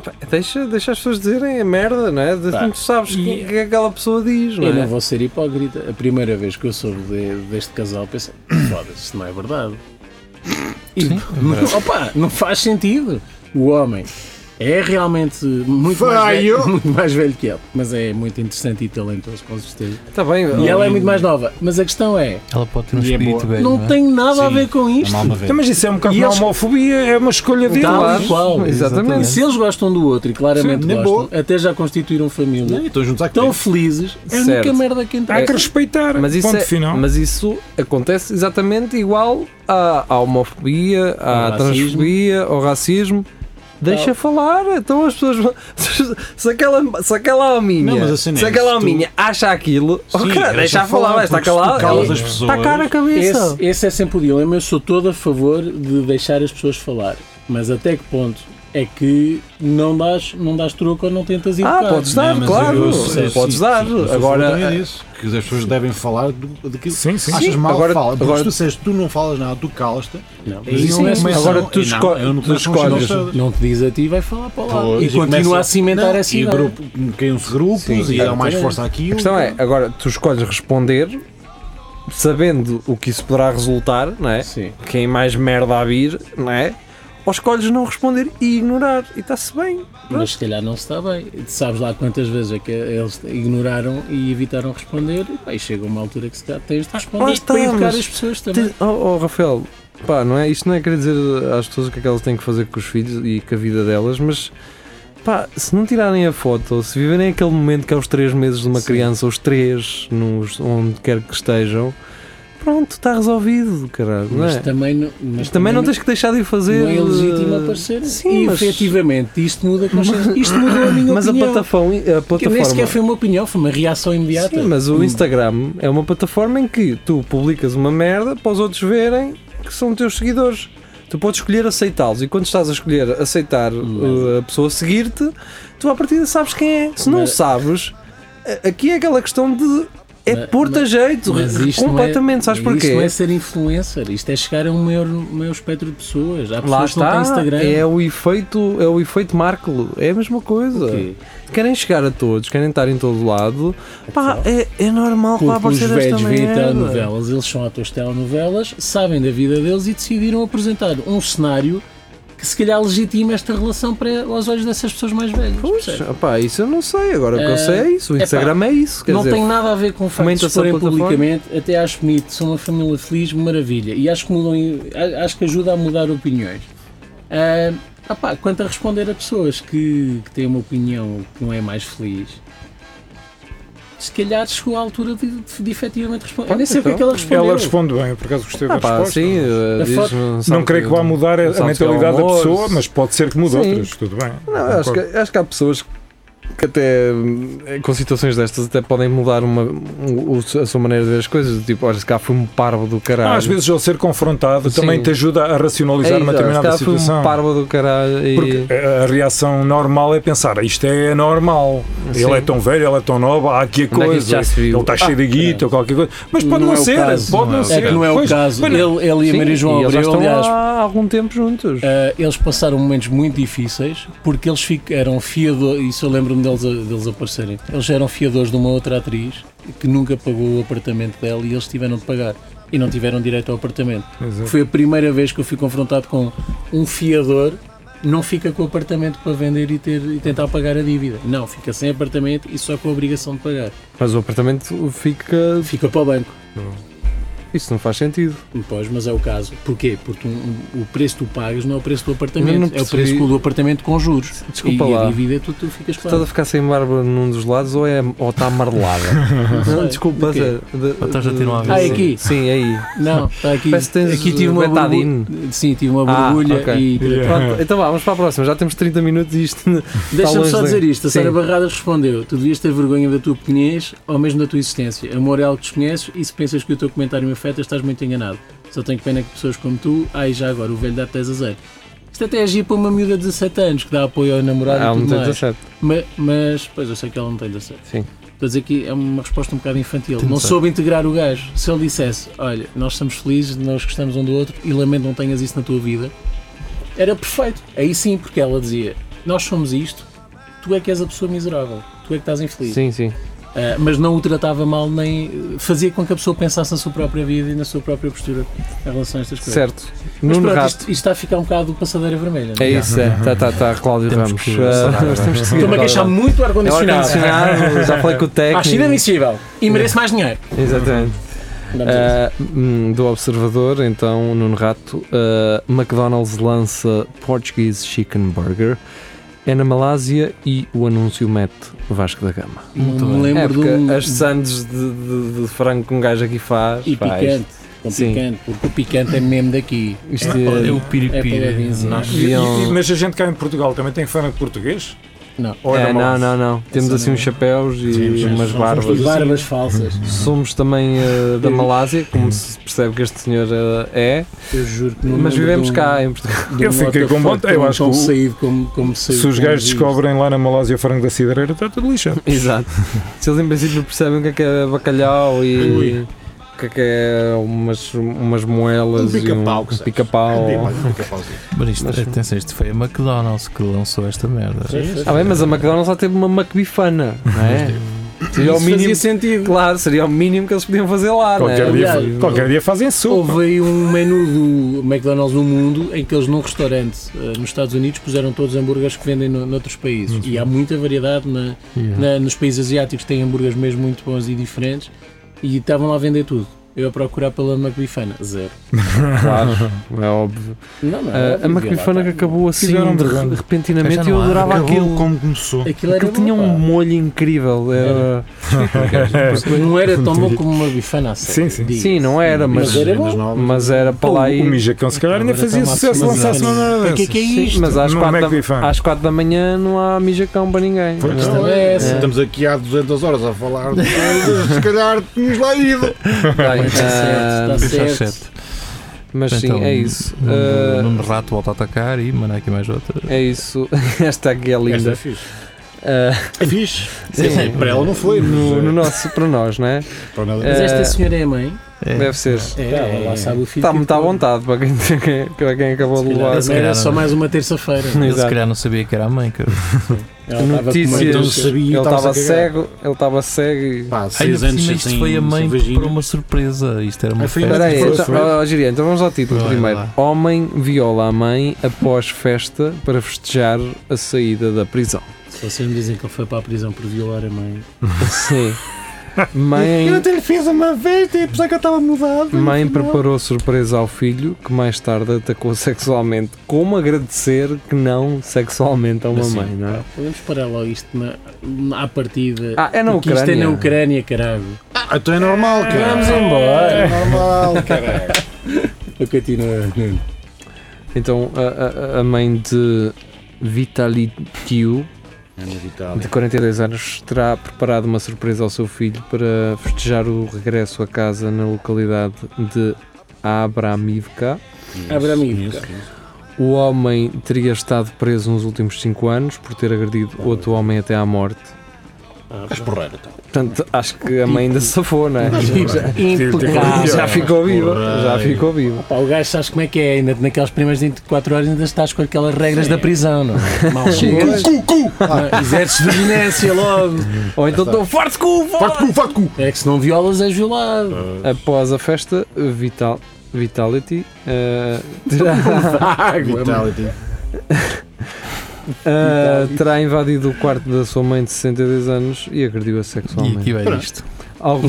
Speaker 3: pá, Deixa, deixa as pessoas dizerem a merda, não é?
Speaker 5: Pá,
Speaker 3: Não tu sabes o
Speaker 5: e-
Speaker 3: que, que aquela pessoa diz, não
Speaker 5: Eu não
Speaker 3: é?
Speaker 5: vou ser hipócrita. A primeira vez que eu soube de- deste casal, pensei, (coughs) foda-se, isto não é verdade. E,
Speaker 4: Sim,
Speaker 5: (laughs) não, opa, não faz sentido. O homem é realmente muito mais,
Speaker 2: Feio.
Speaker 5: velho, (laughs) muito mais velho que ela, mas é muito interessante e talentoso, com certeza.
Speaker 3: Está Tá bem,
Speaker 5: E ela é muito mais nova, mas a questão é,
Speaker 4: Ela pode ter um
Speaker 2: E é
Speaker 4: espírito
Speaker 2: boa.
Speaker 4: bem.
Speaker 5: não tem nada a
Speaker 2: Sim,
Speaker 5: ver com isto.
Speaker 2: Mal uma vez.
Speaker 6: Então, Mas isso é um bocado
Speaker 5: E
Speaker 6: uma
Speaker 5: eles-
Speaker 6: homofobia, é uma escolha dele.
Speaker 5: Tal e
Speaker 3: Então, claro,
Speaker 5: qual. E
Speaker 3: exatamente.
Speaker 5: se eles gostam do outro e claramente
Speaker 2: É. Sim, na
Speaker 5: gostam, até já constituíram família,
Speaker 2: Não, Estão juntos à
Speaker 5: tão felizes, é a única
Speaker 3: Certo.
Speaker 5: merda que entra.
Speaker 6: Há que respeitar.
Speaker 3: É. Mas isso,
Speaker 6: ponto
Speaker 3: é-
Speaker 6: final.
Speaker 3: mas isso acontece exatamente igual à, à homofobia, à
Speaker 5: Ao racismo.
Speaker 3: transfobia, ao racismo. Deixa falar, então as pessoas vão. (laughs) Se aquela, se aquela hominha,
Speaker 2: Não, mas a cena
Speaker 3: se
Speaker 2: é,
Speaker 3: aquela
Speaker 2: se tu-
Speaker 3: hominha acha aquilo,
Speaker 2: Sim,
Speaker 3: ok,
Speaker 2: deixa
Speaker 3: deixa falar,
Speaker 2: falar,
Speaker 3: vai, está
Speaker 2: porque se tu
Speaker 3: calado.
Speaker 2: calas
Speaker 3: é-
Speaker 2: as pessoas-
Speaker 3: Está cara a cabeça.
Speaker 5: Esse, esse é sempre o dilema. Eu sou todo a favor de deixar as pessoas falar, mas até que ponto é que não dás, não dás troco ou não tentas
Speaker 3: Ah,
Speaker 5: educar?
Speaker 3: podes dar,
Speaker 2: Não, mas
Speaker 3: claro,
Speaker 2: eu- eu-
Speaker 3: podes
Speaker 2: sim,
Speaker 3: dar.
Speaker 2: sim, mas eu
Speaker 3: agora, eh,
Speaker 2: também disso, que as pessoas devem falar do, daquilo
Speaker 6: Sim, sim.
Speaker 2: achas
Speaker 3: Sim,
Speaker 2: mal,
Speaker 3: agora-
Speaker 2: fala. Porque
Speaker 3: agora-
Speaker 2: se tu disseres tu não falas nada, tu calas-te.
Speaker 5: Não, mas
Speaker 2: aí
Speaker 5: isso
Speaker 2: não
Speaker 5: é
Speaker 2: é
Speaker 5: assim.
Speaker 2: uma-
Speaker 3: agora tu,
Speaker 2: Não,
Speaker 3: esco-
Speaker 2: eu não começo
Speaker 3: tu
Speaker 2: com os
Speaker 3: escolhes.
Speaker 2: meus-
Speaker 5: não te diz a ti, vai falar para lá.
Speaker 2: Pois,
Speaker 5: e continua
Speaker 2: começa-
Speaker 5: a cimentar
Speaker 2: Não,
Speaker 5: essa
Speaker 2: e
Speaker 5: ideia.
Speaker 2: grupo, Criam-se grupos e dá mais
Speaker 5: exatamente.
Speaker 2: força àquilo.
Speaker 3: A questão é, agora tu escolhes responder sabendo o que isso poderá resultar, não é?
Speaker 5: Sim.
Speaker 3: Quem mais merda a vir, não é? Ou escolhes não responder e ignorar. E está-se bem.
Speaker 5: Mas se calhar não se está bem. Sabes lá quantas vezes é que eles ignoraram e evitaram responder. E, pá, e chega uma altura que se calhar tens de responder
Speaker 3: lá está,
Speaker 5: para educar
Speaker 3: mas
Speaker 5: as pessoas também.
Speaker 3: Te- Oh, oh, Rafael, pá, não é? Isto não é querer dizer às pessoas o que é que elas têm que fazer com os filhos e com a vida delas, mas pá, se não tirarem a foto, se viverem aquele momento que é os três meses de uma
Speaker 5: Sim.
Speaker 3: criança, os três, nos, onde quer que estejam, pronto, está resolvido, caralho, não
Speaker 5: Mas
Speaker 3: é?
Speaker 5: também não, mas
Speaker 3: Mas também não tens que deixar de o fazer.
Speaker 5: não é legítimo
Speaker 3: eh,
Speaker 5: aparecer.
Speaker 3: Sim,
Speaker 5: e
Speaker 3: mas,
Speaker 5: efetivamente isto muda a consciência. Isto mudou a minha
Speaker 3: (laughs) mas a
Speaker 5: opinião.
Speaker 3: plataforma. A
Speaker 5: Que nem sequer
Speaker 3: plataforma
Speaker 5: foi uma opinião, foi uma reação imediata.
Speaker 3: Sim, mas o
Speaker 5: Hum.
Speaker 3: Instagram é uma plataforma em que tu publicas uma merda para os outros verem que são teus seguidores. Tu podes escolher aceitá-los e quando estás a escolher aceitar uh, a pessoa a seguir-te, tu à partida sabes quem é. Se não
Speaker 5: Hum. Mas-
Speaker 3: sabes, a- aqui é aquela questão de é
Speaker 5: Mas-
Speaker 3: pôr-te a
Speaker 5: mas-
Speaker 3: jeito
Speaker 5: Mas isto
Speaker 3: completamente, sabes
Speaker 5: não é, Isto
Speaker 3: porquê?
Speaker 5: não é ser influencer, isto é chegar a um maior, maior espectro de pessoas. Há pessoas
Speaker 3: Lá
Speaker 5: que não
Speaker 3: está,
Speaker 5: têm Instagram.
Speaker 3: é o efeito, é o efeito Marco, é a mesma coisa.
Speaker 5: Porquê?
Speaker 3: Querem chegar a todos, querem estar em todo lado. Pá, é, é normal que vá
Speaker 5: Porque os
Speaker 3: aparecer esta
Speaker 5: velhos veem
Speaker 3: merda.
Speaker 5: telenovelas, eles são atores de telenovelas, sabem da vida deles e decidiram apresentar um cenário que se calhar legitima esta relação para, aos olhos dessas pessoas mais velhas. percebe?
Speaker 3: Puxa, pá, isso eu não sei. Agora o que
Speaker 5: Eh,
Speaker 3: eu sei é isso. O
Speaker 5: epá,
Speaker 3: Instagram é isso. Quer
Speaker 5: não
Speaker 3: dizer,
Speaker 5: tem nada a ver com o facto de
Speaker 3: fomenta-se a
Speaker 5: exporem
Speaker 3: plataforma.
Speaker 5: publicamente, até acho bonito, são uma família feliz, maravilha. E acho que, mudam, a- acho que ajuda a mudar opiniões. Ah, ah pá, quanto a responder a pessoas que, que têm uma opinião que não é mais feliz, se calhar chegou a altura de, de, de efetivamente responder. Eu nem sei o que é que ela respondeu.
Speaker 6: Ela responde bem, por acaso gostei da
Speaker 3: Ah, pá,
Speaker 6: resposta.
Speaker 3: sim, eh,
Speaker 5: A
Speaker 3: diz,
Speaker 5: foto-
Speaker 3: sabe
Speaker 6: Não creio que vá mudar a,
Speaker 3: não
Speaker 6: a
Speaker 3: sabe se é o
Speaker 6: mentalidade da
Speaker 3: amor,
Speaker 6: pessoa,
Speaker 3: se-
Speaker 6: mas pode ser que mude
Speaker 3: Sim.
Speaker 6: outras, tudo bem.
Speaker 3: Não, acho que, é acho que há pessoas que até hum, com situações destas até podem mudar uma, um- o- a sua maneira de ver as coisas. Tipo, olha, se cá foi um parvo do caralho.
Speaker 6: Ah, às vezes ao ser confrontado
Speaker 3: Sim.
Speaker 6: também te ajuda a racionalizar
Speaker 3: é,
Speaker 6: uma
Speaker 3: isso, olha, se
Speaker 6: determinada
Speaker 3: cá foi
Speaker 6: situação.
Speaker 3: um parvo do caralho. E...
Speaker 6: Porque a reação normal é pensar, isto é normal,
Speaker 3: Sim.
Speaker 6: ele é tão velho, ele é tão nova, há aqui
Speaker 3: Onde
Speaker 6: a
Speaker 3: é que isto
Speaker 6: coisa,
Speaker 3: já se viu? Ah,
Speaker 6: ele está cheio de guita ou qualquer coisa, mas pode
Speaker 5: Não
Speaker 6: não,
Speaker 5: é o
Speaker 6: ser,
Speaker 5: caso,
Speaker 6: pode não,
Speaker 4: não é o
Speaker 6: ser.
Speaker 5: É que não é o
Speaker 6: Pois,
Speaker 5: caso.
Speaker 6: pois não.
Speaker 5: Ele, ele e a
Speaker 3: Sim,
Speaker 5: Maria João
Speaker 3: e eles já
Speaker 5: Abreu,
Speaker 3: estão
Speaker 5: aliás,
Speaker 3: há algum tempo juntos.
Speaker 5: Ah, eles passaram momentos muito difíceis porque eles fic- eram fiadores, isso eu lembro-me deles, a- deles aparecerem, eles eram fiadores de uma outra atriz que nunca pagou o apartamento dela e eles tiveram de pagar e não tiveram direito ao apartamento.
Speaker 6: Exato.
Speaker 5: Foi a primeira vez que eu fui confrontado com um fiador não fica com o apartamento para vender e, ter, e tentar pagar a dívida. Não, fica sem apartamento e só com a obrigação de pagar.
Speaker 3: Mas o apartamento fica.
Speaker 5: Fica para o banco.
Speaker 3: Isso não faz sentido.
Speaker 5: Pois, mas é o caso. Porquê? Porque um- um- o preço que tu pagas não é o preço do
Speaker 3: Ainda não
Speaker 5: apartamento, é o
Speaker 3: percebi.
Speaker 5: preço do apartamento com juros.
Speaker 3: Desculpa
Speaker 5: e
Speaker 3: lá.
Speaker 5: a dívida tu, tu ficas com
Speaker 3: Estás a
Speaker 5: ela.
Speaker 3: ficar sem barba num dos lados ou está ou está amarelada? Não,
Speaker 5: Não sei.
Speaker 3: desculpa,
Speaker 5: O quê?
Speaker 3: Zé, de-
Speaker 4: Ou estás a ter um
Speaker 3: de-
Speaker 4: aviso?
Speaker 5: Ah, é aqui?
Speaker 3: Sim, é
Speaker 4: (laughs)
Speaker 3: aí.
Speaker 5: Não, tá aqui,
Speaker 3: Parece que tens
Speaker 5: aqui tive uma
Speaker 3: Betadine.
Speaker 5: borbulha. Sim, tive uma
Speaker 3: Ah,
Speaker 5: borbulha
Speaker 3: ok.
Speaker 5: e.
Speaker 6: é.
Speaker 3: Pronto, então vá, vamos para a próxima. Já temos 30 minutos e isto.
Speaker 5: Deixa-me
Speaker 3: Tá longe
Speaker 5: só
Speaker 3: de-
Speaker 5: dizer isto. A
Speaker 3: Sim.
Speaker 5: Sara Barradas respondeu: Tu devias ter vergonha da tua pequenez ou mesmo da tua existência. Amor é algo que desconheces e se pensas que o teu comentário me afeta, estás muito enganado. Só tenho pena que pessoas como tu. Ai, já agora, o velho dá 10 a 0. Isto até é agir para uma miúda de 17 anos que dá apoio ao namorado
Speaker 3: Ah,
Speaker 5: e
Speaker 3: não
Speaker 5: tudo
Speaker 3: tens
Speaker 5: mais.
Speaker 3: acesso.
Speaker 5: Ma- Mas, pois, eu sei que ela não tem 17.
Speaker 3: Sim.
Speaker 5: Estou a dizer que é uma resposta um bocado infantil.
Speaker 4: Tem
Speaker 5: Não
Speaker 4: noção.
Speaker 5: soube integrar o gajo. Se ele dissesse, olha, nós estamos felizes, nós gostamos um do outro e lamento não tenhas isso na tua vida, era perfeito. Aí sim, porque ela dizia, nós somos isto, tu é que és a pessoa miserável, tu é que estás infeliz.
Speaker 3: Sim, sim.
Speaker 5: Ah, mas não o tratava mal, nem eh, fazia com que a pessoa pensasse na sua própria vida e na sua própria postura em relação a estas coisas.
Speaker 3: Certo.
Speaker 5: Mas
Speaker 3: Nuno
Speaker 5: pronto,
Speaker 3: Rato.
Speaker 5: isto, isto está a ficar um bocado passadeira vermelha. não
Speaker 3: É isso, é. Tá, tá, tá, Cláudio
Speaker 4: Temos
Speaker 3: Ramos.
Speaker 4: que-
Speaker 3: Ah,
Speaker 4: será,
Speaker 3: nós (laughs) temos que seguir.
Speaker 5: Estou-me a queixar muito do
Speaker 3: É o
Speaker 5: ar-condicionado.
Speaker 3: ar-condicionado, É já (laughs) falei com o
Speaker 5: Acho
Speaker 3: técnico.
Speaker 5: inadmissível. E mereço mais dinheiro.
Speaker 3: Exatamente.
Speaker 5: Vamos a isso.
Speaker 3: Ah, hum, do Observador, então, Nuno Rato. ah, McDonald's lança Portuguese Chicken Burger. É na Malásia e o anúncio mete Vasco da Gama.
Speaker 4: Muito
Speaker 5: Não me
Speaker 4: bem.
Speaker 5: lembro
Speaker 3: É,
Speaker 5: de
Speaker 3: porque
Speaker 5: um-
Speaker 3: as sandes de, de- de frango que um gajo aqui faz.
Speaker 5: E
Speaker 3: pá,
Speaker 5: picante. Com
Speaker 3: Sim.
Speaker 5: picante, porque o picante é mesmo daqui.
Speaker 3: Isto,
Speaker 5: É,
Speaker 3: isto é-
Speaker 4: Olha o piripiri.
Speaker 5: É paladinzinho.
Speaker 4: Nós-
Speaker 6: E- e-
Speaker 3: Iam-
Speaker 6: mas a gente cá em Portugal também tem fã de português?
Speaker 5: Não.
Speaker 6: Ou era
Speaker 3: é, não,
Speaker 6: mau?
Speaker 3: não, não. Temos
Speaker 5: Essa
Speaker 3: assim
Speaker 5: não é.
Speaker 3: uns chapéus e
Speaker 6: Sim, mas
Speaker 3: umas
Speaker 6: são
Speaker 3: barbas.
Speaker 5: E barbas falsas.
Speaker 3: Somos também ah, da Malásia, como se percebe que este senhor ah, é.
Speaker 5: Eu juro que não
Speaker 3: Mas
Speaker 5: lembro
Speaker 3: vivemos
Speaker 5: de um-
Speaker 3: cá em Portugal.
Speaker 5: de um
Speaker 6: Eu fiquei com
Speaker 5: motherfucker
Speaker 6: vontade, eu
Speaker 5: tão-
Speaker 6: acho
Speaker 5: tão
Speaker 6: que o-
Speaker 5: saído como, como saiu
Speaker 6: Se os
Speaker 5: como
Speaker 6: gajos
Speaker 5: diz.
Speaker 6: descobrem lá na Malásia o frango da cidreira, está tudo lixado.
Speaker 3: Exato. Se eles em princípio percebem o que é, que é bacalhau e
Speaker 5: Ui.
Speaker 3: o que é, que é umas, umas moelas
Speaker 7: Um pica-pau, que
Speaker 3: e um
Speaker 7: sabes.
Speaker 3: pica-pau.
Speaker 2: um
Speaker 4: Mas isto, atenção, isto foi a McDonald's que lançou esta merda.
Speaker 3: Ah bem, mas a McDonald's já teve uma McBifana, não é? Seria o
Speaker 5: Isso fazia
Speaker 3: mínimo,
Speaker 5: sentido.
Speaker 3: claro, seria o mínimo que eles podiam fazer
Speaker 5: Ah,
Speaker 3: lá, não
Speaker 6: Qualquer,
Speaker 3: é?
Speaker 6: dia,
Speaker 5: Aliás,
Speaker 6: qualquer dia fazem sopa.
Speaker 5: Houve aí um menu do McDonald's no mundo em que eles num restaurante eh, nos Estados Unidos puseram todos os hambúrgueres que vendem no, noutros países. E há muita variedade na,
Speaker 4: Yeah.
Speaker 5: na- nos países asiáticos, têm hambúrgueres mesmo muito bons e diferentes. E estavam lá a vender tudo. Eu a procurar pela McBifana, zero.
Speaker 3: Claro, é óbvio.
Speaker 5: Não,
Speaker 6: Eh,
Speaker 5: não,
Speaker 3: Ah, a McBifana que acabou assim
Speaker 6: Fizeram
Speaker 3: de-
Speaker 6: vergonha.
Speaker 3: repentinamente
Speaker 4: Já
Speaker 3: eu
Speaker 4: não há,
Speaker 3: adorava
Speaker 2: Acabou
Speaker 3: aquilo.
Speaker 2: como
Speaker 5: (laughs)
Speaker 2: começou.
Speaker 5: Aquilo era
Speaker 3: Aquilo tinha um
Speaker 5: bom,
Speaker 3: molho incrível. Era...
Speaker 5: pá. Não era tão bom como uma bifana a sério,
Speaker 6: Sim, sim.
Speaker 5: digo.
Speaker 3: Sim, não era, (laughs) mas,
Speaker 5: Mas era bom.
Speaker 3: mas era para
Speaker 6: O,
Speaker 3: lá
Speaker 6: o
Speaker 3: e.
Speaker 6: Mijacão, se calhar, ainda
Speaker 5: Agora
Speaker 6: fazia
Speaker 5: está
Speaker 6: sucesso se
Speaker 5: máximo
Speaker 6: lançasse uma
Speaker 5: zero.
Speaker 6: merda
Speaker 5: Para que é que é
Speaker 6: dessas.
Speaker 5: isto?
Speaker 3: Sim, mas às
Speaker 6: No
Speaker 3: 4,
Speaker 6: McBifana.
Speaker 3: da, às quatro da manhã não há mijacão para ninguém.
Speaker 6: Pois.
Speaker 3: Não é?
Speaker 5: Não é essa.
Speaker 7: Estamos aqui há 200 horas a falar de coisas, se calhar tínhamos lá ido.
Speaker 3: Bem,
Speaker 5: Está certo,
Speaker 3: ah,
Speaker 5: está
Speaker 4: Faz
Speaker 5: certo.
Speaker 4: sete.
Speaker 3: Mas sim,
Speaker 4: Então,
Speaker 3: é isso.
Speaker 4: Nuno-
Speaker 3: Ah,
Speaker 4: Nuno Rato volta a atacar e manda aqui mais outra.
Speaker 3: é isso. (laughs) Esta aqui é
Speaker 7: Esta
Speaker 3: linda.
Speaker 7: é fixe.
Speaker 3: Ah,
Speaker 7: É fixe.
Speaker 3: Sim.
Speaker 7: Sim, para ela não foi, mas,
Speaker 3: no, no
Speaker 7: eh,
Speaker 3: nosso, para nós, não é?
Speaker 7: para nada.
Speaker 5: Mas
Speaker 3: É.
Speaker 5: esta senhora é a mãe?
Speaker 4: É.
Speaker 3: Deve ser.
Speaker 5: É, ela lá sabe o filho.
Speaker 3: Está Tá
Speaker 5: que
Speaker 3: muito à
Speaker 5: tem.
Speaker 3: vontade para quem, (laughs) para quem acabou de
Speaker 5: Se
Speaker 3: levar.
Speaker 5: calhar
Speaker 4: Se
Speaker 5: também Era
Speaker 4: calhar
Speaker 5: só
Speaker 4: não.
Speaker 5: mais
Speaker 3: (laughs)
Speaker 5: uma terça-feira.
Speaker 4: Ele se
Speaker 3: Exato.
Speaker 4: calhar não sabia que era a mãe, cara.
Speaker 5: Ela estava com uma
Speaker 3: Notícias.
Speaker 7: Então
Speaker 5: doença.
Speaker 7: sabia e
Speaker 3: Ele
Speaker 7: estava-se a
Speaker 3: estava
Speaker 7: cagar.
Speaker 3: cego, ele estava cego e.
Speaker 7: Pá,
Speaker 4: Ainda
Speaker 7: seis
Speaker 4: por
Speaker 7: anos
Speaker 4: cima
Speaker 7: sem-
Speaker 4: isto foi
Speaker 7: sem
Speaker 4: a mãe
Speaker 7: vagina.
Speaker 4: para uma surpresa. Isto era uma
Speaker 7: Ah, foi
Speaker 4: festa.
Speaker 7: uma-
Speaker 3: Espera aí,
Speaker 7: Foi,
Speaker 3: então,
Speaker 7: foi.
Speaker 3: ó, Giria, então vamos ao título
Speaker 4: Vai,
Speaker 3: primeiro.
Speaker 4: vai.
Speaker 3: Homem viola a mãe após festa para festejar a saída da prisão.
Speaker 5: Se vocês me dizem que ele foi para a prisão por violar a mãe.
Speaker 3: Sim. Mãe,
Speaker 7: Eu até lhe fiz uma festa
Speaker 6: tipo,
Speaker 7: e apesar que eu estava mudado.
Speaker 3: mãe
Speaker 7: afinal.
Speaker 3: preparou surpresa ao filho que mais tarde atacou (laughs) sexualmente. Como agradecer que não sexualmente a uma
Speaker 5: Assim,
Speaker 3: mãe, não é?
Speaker 5: pá, Podemos parar logo isto na, na- à partida.
Speaker 3: Ah, é na
Speaker 5: Porque isto é na
Speaker 3: Ucrânia.
Speaker 5: Ucrânia, caralho.
Speaker 7: Ah, Então é normal, cara.
Speaker 5: Vamos
Speaker 6: Ah.
Speaker 5: embora.
Speaker 7: É normal, caralho.
Speaker 5: Eu continuo.
Speaker 3: Então, a, a- a mãe de Vitaly Tiu,
Speaker 7: É inevitável.
Speaker 3: de 42 anos, terá preparado uma surpresa ao seu filho para festejar o regresso a casa na localidade de Abramivka.
Speaker 7: Conheço,
Speaker 5: Abra amigo,
Speaker 7: conheço,
Speaker 5: cara.
Speaker 7: conheço.
Speaker 3: O homem teria estado preso nos últimos 5 anos por ter agredido outro homem até à morte.
Speaker 5: Ah,
Speaker 7: Mas porreira, então.
Speaker 3: Portanto, acho que a mãe ainda safou, não é? (laughs)
Speaker 5: pá.
Speaker 3: Já,
Speaker 5: Impecável.
Speaker 3: já ficou viva, já ficou viva.
Speaker 5: Ah, Pá, o gajo sabes como é que é, ainda naquelas primeiras 24 horas ainda estás com aquelas regras da prisão, não é? Mal chegas,
Speaker 7: Cu, cu, cu.
Speaker 5: não, exerces dominância logo.
Speaker 3: Ou então estou forte com o
Speaker 7: Faz cu, faz cu.
Speaker 5: É que se não violas és violado.
Speaker 3: Após a festa, Vital, Vitality (laughs) eh, terá,
Speaker 7: Vitality.
Speaker 3: eh, terá invadido o quarto da sua mãe de 62 anos e agrediu-a
Speaker 4: E aqui
Speaker 3: sexualmente.
Speaker 4: vai isto.
Speaker 3: (laughs) Algum-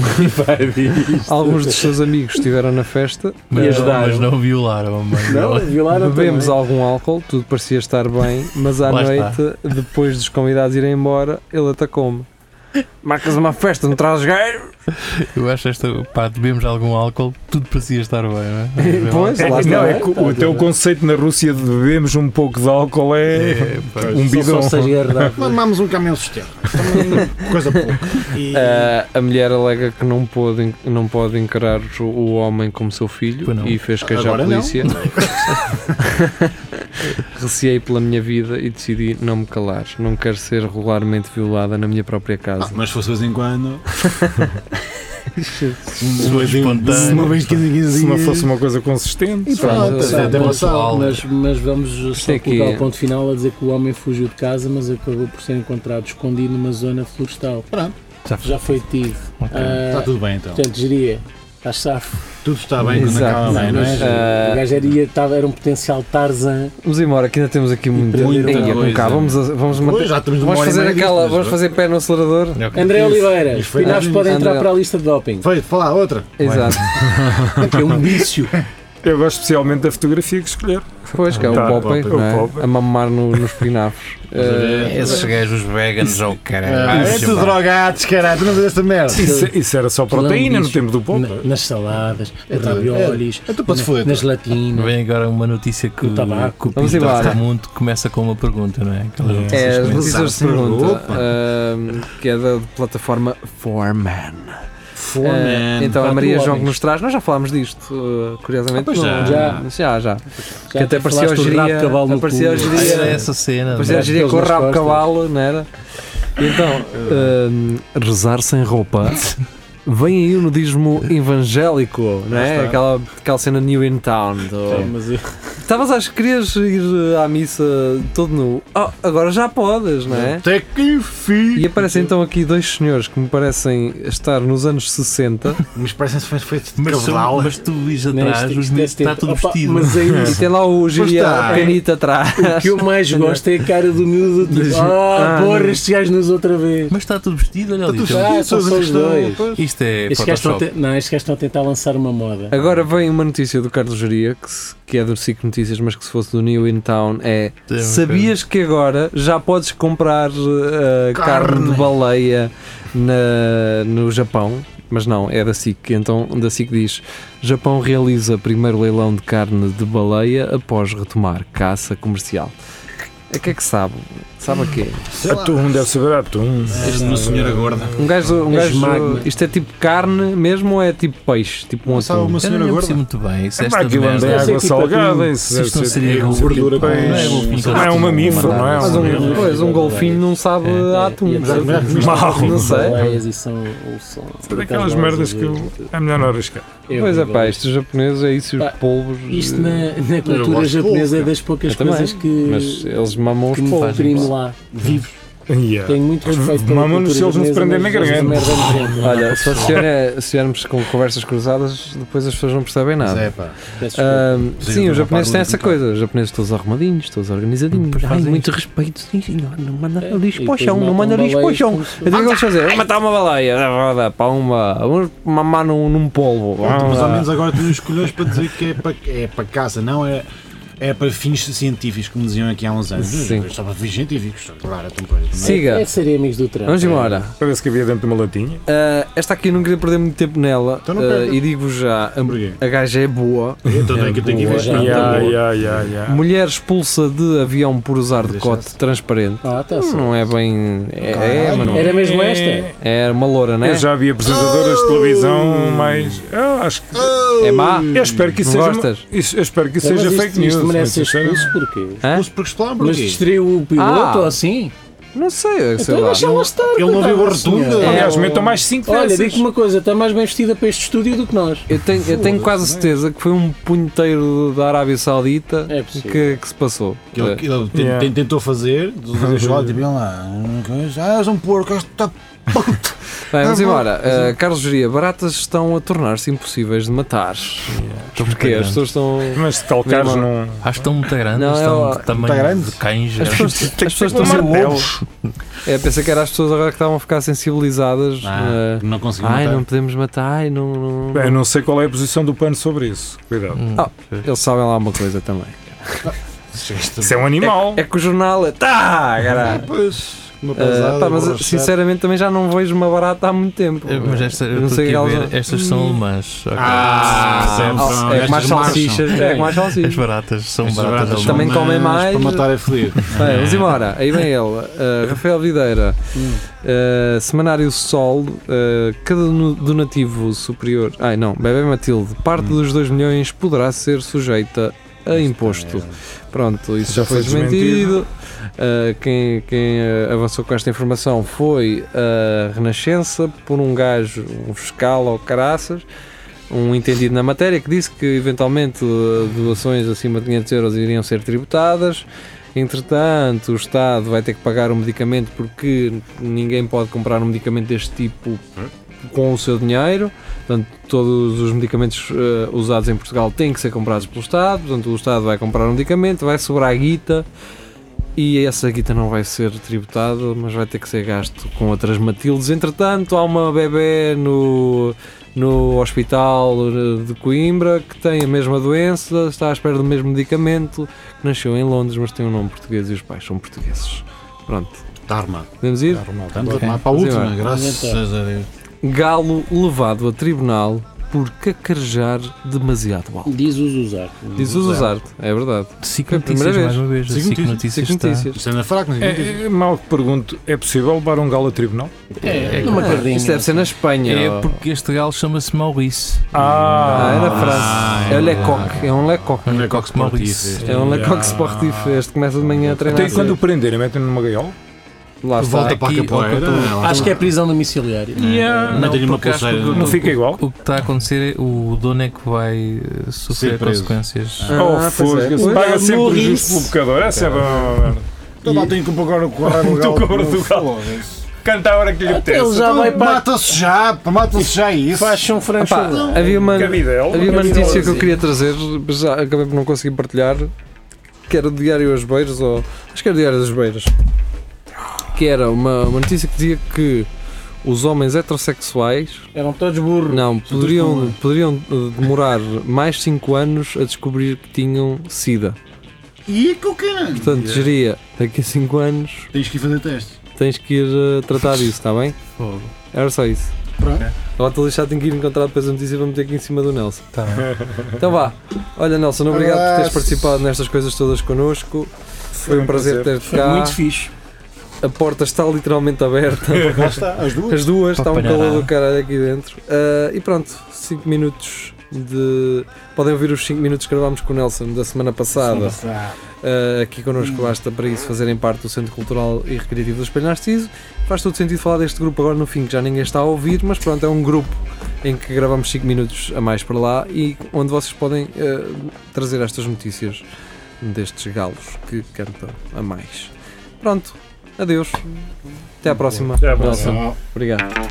Speaker 3: alguns dos seus amigos estiveram na festa, Eh,
Speaker 5: E
Speaker 4: Mas,
Speaker 5: ajudaram.
Speaker 4: mas não violaram, mano.
Speaker 5: (laughs) Não, violaram
Speaker 3: bebemos
Speaker 5: também.
Speaker 3: algum álcool, tudo parecia estar bem, mas à
Speaker 4: Lá
Speaker 3: noite, depois dos convidados irem embora, ele atacou-me. Marcas uma festa, não trazes gajo?
Speaker 4: Eu acho esta parte, bebemos algum álcool, tudo parecia estar bem, não é?
Speaker 3: Pois,
Speaker 6: É,
Speaker 3: lá está.
Speaker 6: não,
Speaker 5: bem,
Speaker 6: é
Speaker 5: está
Speaker 6: que
Speaker 5: né? Tá,
Speaker 6: o
Speaker 5: tudo
Speaker 6: teu
Speaker 5: bem.
Speaker 6: conceito na Rússia de bebemos um pouco de álcool é,
Speaker 4: É, pois.
Speaker 6: um bidão.
Speaker 5: Só seja agradável.
Speaker 7: Mamámos um caminhão sustento. Coisa (laughs) pouca. E
Speaker 3: Ah, a mulher alega que não pode, en- não pode encarar o, o homem como seu filho
Speaker 4: Pois não.
Speaker 3: e fez queijar a
Speaker 7: Agora não.
Speaker 3: polícia. (laughs) Receei pela minha vida e decidi não me calar. Não quero ser regularmente violada na minha própria
Speaker 7: Ah,
Speaker 3: casa.
Speaker 7: mas se fosse de vez em quando. um
Speaker 4: Sou espontâneo.
Speaker 7: Uma vez 15 em 15
Speaker 6: Se não
Speaker 7: dias.
Speaker 6: fosse uma coisa consistente.
Speaker 7: E (laughs) pronto, tá,
Speaker 3: Pronto,
Speaker 7: até
Speaker 4: ponto
Speaker 7: passado.
Speaker 4: alto.
Speaker 5: Mas, mas vamos
Speaker 3: Isto
Speaker 5: só
Speaker 3: é que
Speaker 5: colocar
Speaker 3: é.
Speaker 5: o ponto final a dizer que o homem fugiu de casa, mas acabou por ser encontrado escondido numa zona florestal.
Speaker 7: Pronto.
Speaker 4: Já
Speaker 5: Já foi tido.
Speaker 4: Ok.
Speaker 5: Ah,
Speaker 7: Está tudo bem então.
Speaker 5: portanto, diria, estás safo.
Speaker 7: Tudo está bem quando
Speaker 3: Exato.
Speaker 7: acaba bem, não
Speaker 5: mas,
Speaker 7: é?
Speaker 3: é?
Speaker 5: o gajo era, ia- estava- era um potencial Tarzan.
Speaker 3: Vamos embora, que ainda temos aqui muito.
Speaker 5: muita
Speaker 3: Ei, é
Speaker 7: coisa.
Speaker 3: cá, vamos, a- vamos manter-
Speaker 7: Pois, já estamos numa
Speaker 3: Vamos
Speaker 7: hora e
Speaker 3: fazer
Speaker 7: meia disto,
Speaker 3: aquela.
Speaker 7: mas-
Speaker 3: Vamos fazer pé no acelerador?
Speaker 6: É
Speaker 5: André Oliveira, os
Speaker 7: Isso foi
Speaker 5: pinários
Speaker 7: nada
Speaker 5: podem entrar
Speaker 3: André-
Speaker 5: para a lista
Speaker 7: (laughs)
Speaker 5: de doping.
Speaker 7: Feito, falar outra.
Speaker 3: Exato.
Speaker 5: que é um vício.
Speaker 6: Eu gosto especialmente da fotografia que escolher.
Speaker 3: Pois, que é o
Speaker 6: Tá,
Speaker 3: Popper,
Speaker 6: Popper.
Speaker 3: não é?
Speaker 6: O Popper.
Speaker 3: a mamar no- nos pinafres. Eh,
Speaker 4: É, Esses gajos veganos ou
Speaker 7: Ah,
Speaker 4: caralho.
Speaker 7: é tudo
Speaker 4: pá.
Speaker 7: drogados, caralho. Tu não fazes esta merda.
Speaker 6: Isso, é- isso era só proteína no
Speaker 5: bicho.
Speaker 6: tempo do povo.
Speaker 5: Na- nas saladas,
Speaker 7: É
Speaker 5: a
Speaker 7: tudo.
Speaker 5: raviolis,
Speaker 7: É, tu podes
Speaker 5: na-
Speaker 7: foder.
Speaker 5: nas latinas.
Speaker 4: Vem agora uma notícia que
Speaker 5: O tabaco.
Speaker 4: que o
Speaker 3: Vamos
Speaker 4: Pinto
Speaker 3: embora.
Speaker 4: do Mundo começa com uma pergunta, não é? Aquelas notícias
Speaker 3: É, as
Speaker 4: que-
Speaker 3: notícias de
Speaker 7: Exato.
Speaker 3: pergunta,
Speaker 7: Opa.
Speaker 3: eh, que é da plataforma Foreman.
Speaker 7: Foreman,
Speaker 3: Eh, então a
Speaker 5: quatro
Speaker 3: Maria João que
Speaker 5: homens.
Speaker 3: nos traz, nós já falámos disto, eh, curiosamente.
Speaker 7: Ah, pois
Speaker 3: não-
Speaker 5: já.
Speaker 3: já, já.
Speaker 5: Já
Speaker 3: Que até
Speaker 5: tu
Speaker 3: parecia
Speaker 5: falaste do
Speaker 3: hoje
Speaker 5: rabo de cavalo no
Speaker 3: parecia
Speaker 5: cu.
Speaker 3: hoje
Speaker 4: Ah, era
Speaker 3: dia-
Speaker 4: essa cena.
Speaker 3: Pois
Speaker 4: não
Speaker 3: é,
Speaker 4: é?
Speaker 5: Deve
Speaker 3: diria
Speaker 5: pelos
Speaker 3: com o
Speaker 5: nas
Speaker 3: rabo de
Speaker 5: costas.
Speaker 3: cavalo, não era? Então, hum, rezar sem
Speaker 5: (laughs)
Speaker 3: roupa. Vem aí o nudismo evangélico, não é? Aquela, aquela cena New in Town.
Speaker 5: Sim,
Speaker 3: Do...
Speaker 5: mas eu-
Speaker 3: Estavas às que querias ir ah, à missa todo nu. Oh, agora já podes, não é?
Speaker 7: Até que enfim.
Speaker 3: E aparecem então aqui dois senhores que me parecem estar nos anos 60
Speaker 7: Mas parecem-se fãs feitos de
Speaker 4: Mas, são-
Speaker 7: cavalo.
Speaker 4: mas tu vis
Speaker 5: Não,
Speaker 4: atrás,
Speaker 5: isto-
Speaker 4: os
Speaker 5: isto
Speaker 4: miúdos,
Speaker 5: deve ter-
Speaker 4: está tudo
Speaker 5: Opa,
Speaker 4: vestido.
Speaker 5: Mas é
Speaker 3: e
Speaker 5: isso.
Speaker 3: tem lá o
Speaker 7: está.
Speaker 3: giria canito atrás.
Speaker 5: O que eu mais gosto é a cara do miúdo, tipo, ah,
Speaker 3: Ah,
Speaker 5: porra,
Speaker 3: não.
Speaker 5: estes gajos nos outra vez.
Speaker 4: Mas está tudo vestido, olha ali.
Speaker 7: Tu
Speaker 4: então-
Speaker 5: Ah,
Speaker 7: sabes,
Speaker 5: são só os
Speaker 7: estão-
Speaker 5: dois.
Speaker 7: pois.
Speaker 4: Isto é
Speaker 5: Estes gajos, estão a
Speaker 4: Photoshop.
Speaker 5: te- não, estes gajos estão a tentar lançar uma moda.
Speaker 3: Agora vem uma notícia do Carlos Jaria, que, se- que é do Cic Notícias, mas que se fosse do New In Town é
Speaker 4: Tem um
Speaker 3: Sabias que agora já podes comprar eh, carne.
Speaker 7: Carne.
Speaker 3: de baleia na- no Japão? Mas não, é da SIC. Então, da SIC diz: Japão realiza primeiro leilão de carne de baleia após retomar caça comercial. O que é que sabe? Sabe a quê?
Speaker 7: Sei lá.
Speaker 6: Atum, deve saber atum.
Speaker 7: Uma senhora gorda.
Speaker 3: Um gajo. Um
Speaker 5: É
Speaker 3: gajo
Speaker 5: esmagma.
Speaker 3: isto é tipo carne mesmo ou é tipo peixe? Tipo um
Speaker 7: Sabe
Speaker 3: atum?
Speaker 7: uma
Speaker 4: Eu
Speaker 7: senhora
Speaker 4: não percebi
Speaker 7: gorda?
Speaker 4: muito bem. Isso
Speaker 6: É
Speaker 4: é
Speaker 6: pá,
Speaker 4: esta
Speaker 6: aquilo anda em
Speaker 4: merda.
Speaker 5: Deve ser
Speaker 6: água
Speaker 5: tipo
Speaker 6: salgada.
Speaker 5: atum.
Speaker 6: Isso
Speaker 4: Se
Speaker 6: deve
Speaker 4: isto não
Speaker 6: ser-
Speaker 4: seria
Speaker 6: tipo
Speaker 4: gordura,
Speaker 6: peixe.
Speaker 4: pá, não é golfinho,
Speaker 6: Não é um
Speaker 4: golfinho,
Speaker 6: mamífero, não é?
Speaker 3: Mas um,
Speaker 5: Sim.
Speaker 3: pois, um golfinho não sabe
Speaker 4: É.
Speaker 3: a atum.
Speaker 5: E até-
Speaker 6: Mal.
Speaker 3: Não sei.
Speaker 5: Baleias Tipo, e são, ou são
Speaker 6: São daquelas é merdas que eu- é melhor não arriscar.
Speaker 5: É
Speaker 3: Pois é,
Speaker 5: horrível
Speaker 3: pá, estes japoneses é isso, e os
Speaker 5: Pá,
Speaker 3: polvos.
Speaker 5: Isto
Speaker 3: eh,
Speaker 5: na, na
Speaker 7: gosto
Speaker 5: cultura
Speaker 7: de polvo,
Speaker 5: japonesa é das poucas
Speaker 3: eu também,
Speaker 5: coisas que,
Speaker 3: Mas eles mamam os
Speaker 5: que me
Speaker 3: polvos.
Speaker 5: imprime lá, vivos.
Speaker 6: Yeah.
Speaker 5: Tenho muito respeito pela
Speaker 6: Mamam-nos
Speaker 5: cultura
Speaker 6: se eles não se
Speaker 5: japonesa,
Speaker 6: prenderem
Speaker 5: mas
Speaker 6: na
Speaker 5: esta merda me prende.
Speaker 3: Olha, se associar- se estivermos com conversas cruzadas, depois as pessoas não percebem
Speaker 7: Mas
Speaker 3: nada.
Speaker 7: é, pá.
Speaker 5: Peço desculpa.
Speaker 3: Ah,
Speaker 7: Sim,
Speaker 3: sim,
Speaker 7: não
Speaker 3: os japoneses
Speaker 7: param
Speaker 3: têm
Speaker 7: de
Speaker 3: essa
Speaker 7: pintar.
Speaker 3: coisa. Os japoneses todos arrumadinhos, todos organizadinhos.
Speaker 4: Pois
Speaker 3: Ai,
Speaker 4: fazem
Speaker 3: muito respeito, sim, senhor. Não manda
Speaker 5: É,
Speaker 3: lixo
Speaker 5: e
Speaker 3: para o
Speaker 5: depois
Speaker 3: chão, não
Speaker 5: matam
Speaker 3: manda lixo para o
Speaker 5: baleias
Speaker 3: chão.
Speaker 5: com-
Speaker 3: Então o que eles fazem? Vamos matar uma baleia, para uma. Vamos mamar num, num polvo.
Speaker 7: Pronto, mas ao menos agora tu não escolhas para dizer que é para, é para caça, não é, é para fins científicos, como diziam aqui há uns anos.
Speaker 3: Sim.
Speaker 7: Só para fins científicos, claro, então pois. não é?
Speaker 3: Siga.
Speaker 5: É de serem amigos do Trump.
Speaker 3: Vamos
Speaker 5: é.
Speaker 3: embora.
Speaker 6: Parece que havia dentro de uma latinha.
Speaker 3: Ah, esta aqui eu não queria perder muito tempo nela.
Speaker 7: Então não
Speaker 3: Ah,
Speaker 7: perdas.
Speaker 3: e digo-vos já:
Speaker 7: Porquê?
Speaker 3: a gaja é boa.
Speaker 7: Então tem que eu tenho que
Speaker 5: boa.
Speaker 7: investir. Então,
Speaker 5: Ah,
Speaker 6: Yeah,
Speaker 5: tá bom.
Speaker 6: yeah, yeah, yeah.
Speaker 3: Mulher expulsa de avião por usar decote
Speaker 7: Deixasse.
Speaker 3: transparente.
Speaker 5: Ah, tá certo.
Speaker 3: Não é bem. É, é, mas não.
Speaker 5: Era mesmo
Speaker 6: É- né?
Speaker 5: esta?
Speaker 3: É uma loura, não é?
Speaker 6: Eu já vi apresentadoras de televisão, mas eu acho que.
Speaker 4: Oh.
Speaker 3: É má?
Speaker 6: Eu espero que isso
Speaker 3: Não
Speaker 6: seja.
Speaker 3: gostas?
Speaker 6: Isso- eu espero que isso
Speaker 5: Mas
Speaker 6: seja
Speaker 5: isto,
Speaker 6: fake news.
Speaker 5: Isto
Speaker 6: mas
Speaker 5: merece ser
Speaker 6: sincero-
Speaker 5: expulso porquê?
Speaker 3: Hã?
Speaker 7: Mas por explanar
Speaker 5: Mas
Speaker 7: porquê?
Speaker 5: destruiu o piloto
Speaker 3: Ah.
Speaker 5: ou assim?
Speaker 3: Não sei, sei
Speaker 5: Então
Speaker 3: lá.
Speaker 5: deixa ela estar.
Speaker 7: Ele não viu a rotunda?
Speaker 5: É.
Speaker 6: Aliás, metam mais 5
Speaker 5: Olha,
Speaker 6: dessas.
Speaker 5: digo-te uma coisa, está mais bem vestida para este estúdio do que nós.
Speaker 3: Eu tenho, eu tenho quase certeza que foi um punheteiro da Arábia Saudita
Speaker 5: É possível.
Speaker 3: que, que se passou. Eh,
Speaker 7: Que ele, que ele ten-
Speaker 6: Yeah.
Speaker 7: ten- tentou fazer, tentou fazer o lado, tipo, olha lá, ah, és um porco, esta puta.
Speaker 3: Bem, vamos
Speaker 2: Ah, bom.
Speaker 3: embora. Uh, Carlos Geria, baratas estão a tornar-se impossíveis de matar. Porque é as pessoas estão.
Speaker 6: Mas se calcares
Speaker 3: Mesmo-
Speaker 6: num.
Speaker 4: Acho que estão muito grandes,
Speaker 3: Não,
Speaker 4: estão
Speaker 3: é-
Speaker 4: de tamanho
Speaker 2: tá grande?
Speaker 4: de cães. é
Speaker 3: As pessoas, as
Speaker 6: Tem que
Speaker 3: pessoas
Speaker 6: ser com
Speaker 3: estão.
Speaker 6: um martelo.
Speaker 3: É, pensei que era as pessoas agora que estavam a ficar sensibilizadas.
Speaker 7: Ah,
Speaker 3: uh,
Speaker 7: não consegui
Speaker 3: ai,
Speaker 7: matar.
Speaker 3: não podemos matar. Ai, não, não-
Speaker 6: Bem, eu não sei qual é a posição do pano sobre isso. Cuidado.
Speaker 4: Hum,
Speaker 3: Ah, Eles sabem lá uma coisa também.
Speaker 6: Isso é um animal.
Speaker 3: É que o jornal é. Tá,
Speaker 2: Ah,
Speaker 3: caralho.
Speaker 2: pois, uma
Speaker 3: Ah,
Speaker 2: pesada,
Speaker 3: pá,
Speaker 2: vou
Speaker 3: mas
Speaker 2: rachar.
Speaker 3: sinceramente também já não vejo uma barata há muito tempo.
Speaker 4: Eh, Mas esta,
Speaker 3: Eu
Speaker 4: eu estou aqui a
Speaker 3: elas- Hum.
Speaker 4: ver, estas são alemãs. ok?
Speaker 7: Ah,
Speaker 4: São-
Speaker 7: são-
Speaker 4: são-
Speaker 3: Ah, é
Speaker 7: estas
Speaker 3: que mais
Speaker 7: marcham.
Speaker 3: salsichas. É que mais
Speaker 4: As
Speaker 3: salsichas.
Speaker 4: baratas são
Speaker 7: Estas
Speaker 4: baratas.
Speaker 7: baratas
Speaker 4: alemãs.
Speaker 3: Também
Speaker 7: são
Speaker 3: comem
Speaker 7: mas
Speaker 3: mais.
Speaker 7: Para matar é (laughs) fluido.
Speaker 3: Bem, vamos embora. Aí vem ele. (laughs) Uh, Rafael Videira. Uh, Semanário Sol. Uh, cada nu- donativo superior. Ai não, Bebê Matilde. Parte dos 2 milhões poderá ser sujeita a imposto. Pronto, isso já foi desmentido. Uh, quem quem uh, avançou com esta informação foi a Renascença, por um gajo, um fiscal ou caraças, um entendido na matéria, que disse que eventualmente uh, doações acima de 500 euros iriam ser tributadas. Entretanto, o Estado vai ter que pagar o medicamento porque ninguém pode comprar um medicamento deste tipo com o seu dinheiro. Portanto, todos os medicamentos eh, usados em Portugal têm que ser comprados pelo Estado. Portanto, o Estado vai comprar um medicamento, vai sobrar guita e essa guita não vai ser tributada, mas vai ter que ser gasto com outras Matildes. Entretanto, há uma bebê no, no hospital eh, de Coimbra que tem a mesma doença, está à espera do mesmo medicamento, que nasceu em Londres, mas tem um nome português e os pais são portugueses. Pronto,
Speaker 7: Está Tá armado.
Speaker 3: podemos ir?
Speaker 7: Estamos a tomar para a última,
Speaker 3: Sim,
Speaker 7: graças a Deus.
Speaker 3: Galo levado a tribunal por cacarejar demasiado alto.
Speaker 5: Diz os usar.
Speaker 3: Diz o Zarte, é verdade.
Speaker 4: Cic
Speaker 3: Foi a
Speaker 4: Notícias,
Speaker 3: primeira
Speaker 4: mais
Speaker 3: vez.
Speaker 4: uma vez. a
Speaker 7: Cic
Speaker 4: Cic
Speaker 7: Notícias.
Speaker 4: Notícias
Speaker 3: Cic
Speaker 4: está-
Speaker 3: Notícias.
Speaker 7: Isto anda fraco, mas ninguém
Speaker 6: É, é, mal que pergunto, é possível levar um galo a tribunal?
Speaker 5: É,
Speaker 4: É,
Speaker 5: numa
Speaker 3: Ah,
Speaker 5: carrinha.
Speaker 3: Isto deve ser na Espanha.
Speaker 4: É
Speaker 3: ó.
Speaker 4: porque este galo chama-se Maurice.
Speaker 3: Ah, é na
Speaker 6: Ah,
Speaker 3: França. é o Lecoq, é um Lecoq.
Speaker 4: Um
Speaker 7: Lecoq
Speaker 4: Lecoq Maurice.
Speaker 7: Sportif.
Speaker 3: É um Lecoq Sportif. Este começa de manhã a treinar.
Speaker 6: Até quando o prenderem, metem-no numa gaiola?
Speaker 3: Lá está.
Speaker 7: volta para a
Speaker 4: aqui,
Speaker 7: capoeira.
Speaker 4: ao
Speaker 7: não,
Speaker 5: Acho que é prisão domiciliária.
Speaker 7: Não, Metem-lhe uma
Speaker 4: É. porque acho
Speaker 7: pulseira.
Speaker 4: que o-
Speaker 6: Não fica igual?
Speaker 4: O que está a acontecer é o dono é que vai eh, sofrer
Speaker 7: Ser preso.
Speaker 4: consequências.
Speaker 3: Ah,
Speaker 6: oh,
Speaker 3: pois é.
Speaker 6: foda-se.
Speaker 3: Pois,
Speaker 6: Paga sempre o
Speaker 5: Morris.
Speaker 6: justo pelo bocador. Essa é a.
Speaker 2: Então
Speaker 7: Toda a tem que pagar o
Speaker 6: (laughs)
Speaker 7: correr do
Speaker 6: Tu cobras do galo. Canta a hora que lhe
Speaker 5: Ele
Speaker 6: apetece.
Speaker 5: já vai para.
Speaker 7: Mata-se já, mata-se já é isso.
Speaker 5: Faz São
Speaker 3: Ah,
Speaker 5: Francisco.
Speaker 3: pá, havia uma,
Speaker 6: Cabidela.
Speaker 3: havia uma notícia que eu
Speaker 5: Cabidelazinho.
Speaker 3: queria trazer, mas já acabei por não conseguir partilhar, que era o Diário As Beiras, ou acho que era o Diário das Beiras, que era uma, uma notícia que dizia que os homens heterossexuais
Speaker 5: Eram todos burros.
Speaker 3: Não,
Speaker 7: com
Speaker 3: poderiam, poderiam uh, demorar mais 5 anos a descobrir que tinham SIDA.
Speaker 7: E é que eu quero.
Speaker 3: Portanto, geria, daqui a 5 anos
Speaker 7: Tens que ir fazer testes.
Speaker 3: tens que ir uh, tratar disso, está bem?
Speaker 4: Fogo.
Speaker 3: Era só isso.
Speaker 7: Pronto.
Speaker 3: Agora estou lixado, tenho que ir encontrar depois a notícia e vou meter aqui em cima do Nelson. (laughs) Então vá. Olha, Nelson, obrigado por teres
Speaker 7: Abraço.
Speaker 3: participado nestas coisas todas connosco. Foi um prazer ter-te
Speaker 5: Foi
Speaker 3: cá.
Speaker 5: muito fixe.
Speaker 3: A porta está literalmente aberta.
Speaker 7: Lá está, as duas.
Speaker 3: As duas, está um
Speaker 4: apanhar
Speaker 3: calor
Speaker 4: nada.
Speaker 3: do caralho aqui dentro. Ah, e pronto, 5 minutos de. Podem ouvir os 5 minutos que gravámos com o Nelson da semana passada. Ah, aqui connosco basta para isso fazerem parte do Centro Cultural e Recreativo do Espelho Narciso. Faz todo sentido falar deste grupo agora no fim, que já ninguém está a ouvir, mas pronto, é um grupo em que gravamos 5 minutos a mais para lá e onde vocês podem ah, trazer estas notícias destes galos que cantam a mais. Pronto, adeus. Até à próxima.
Speaker 6: Até à próxima.
Speaker 3: Nelson, obrigado.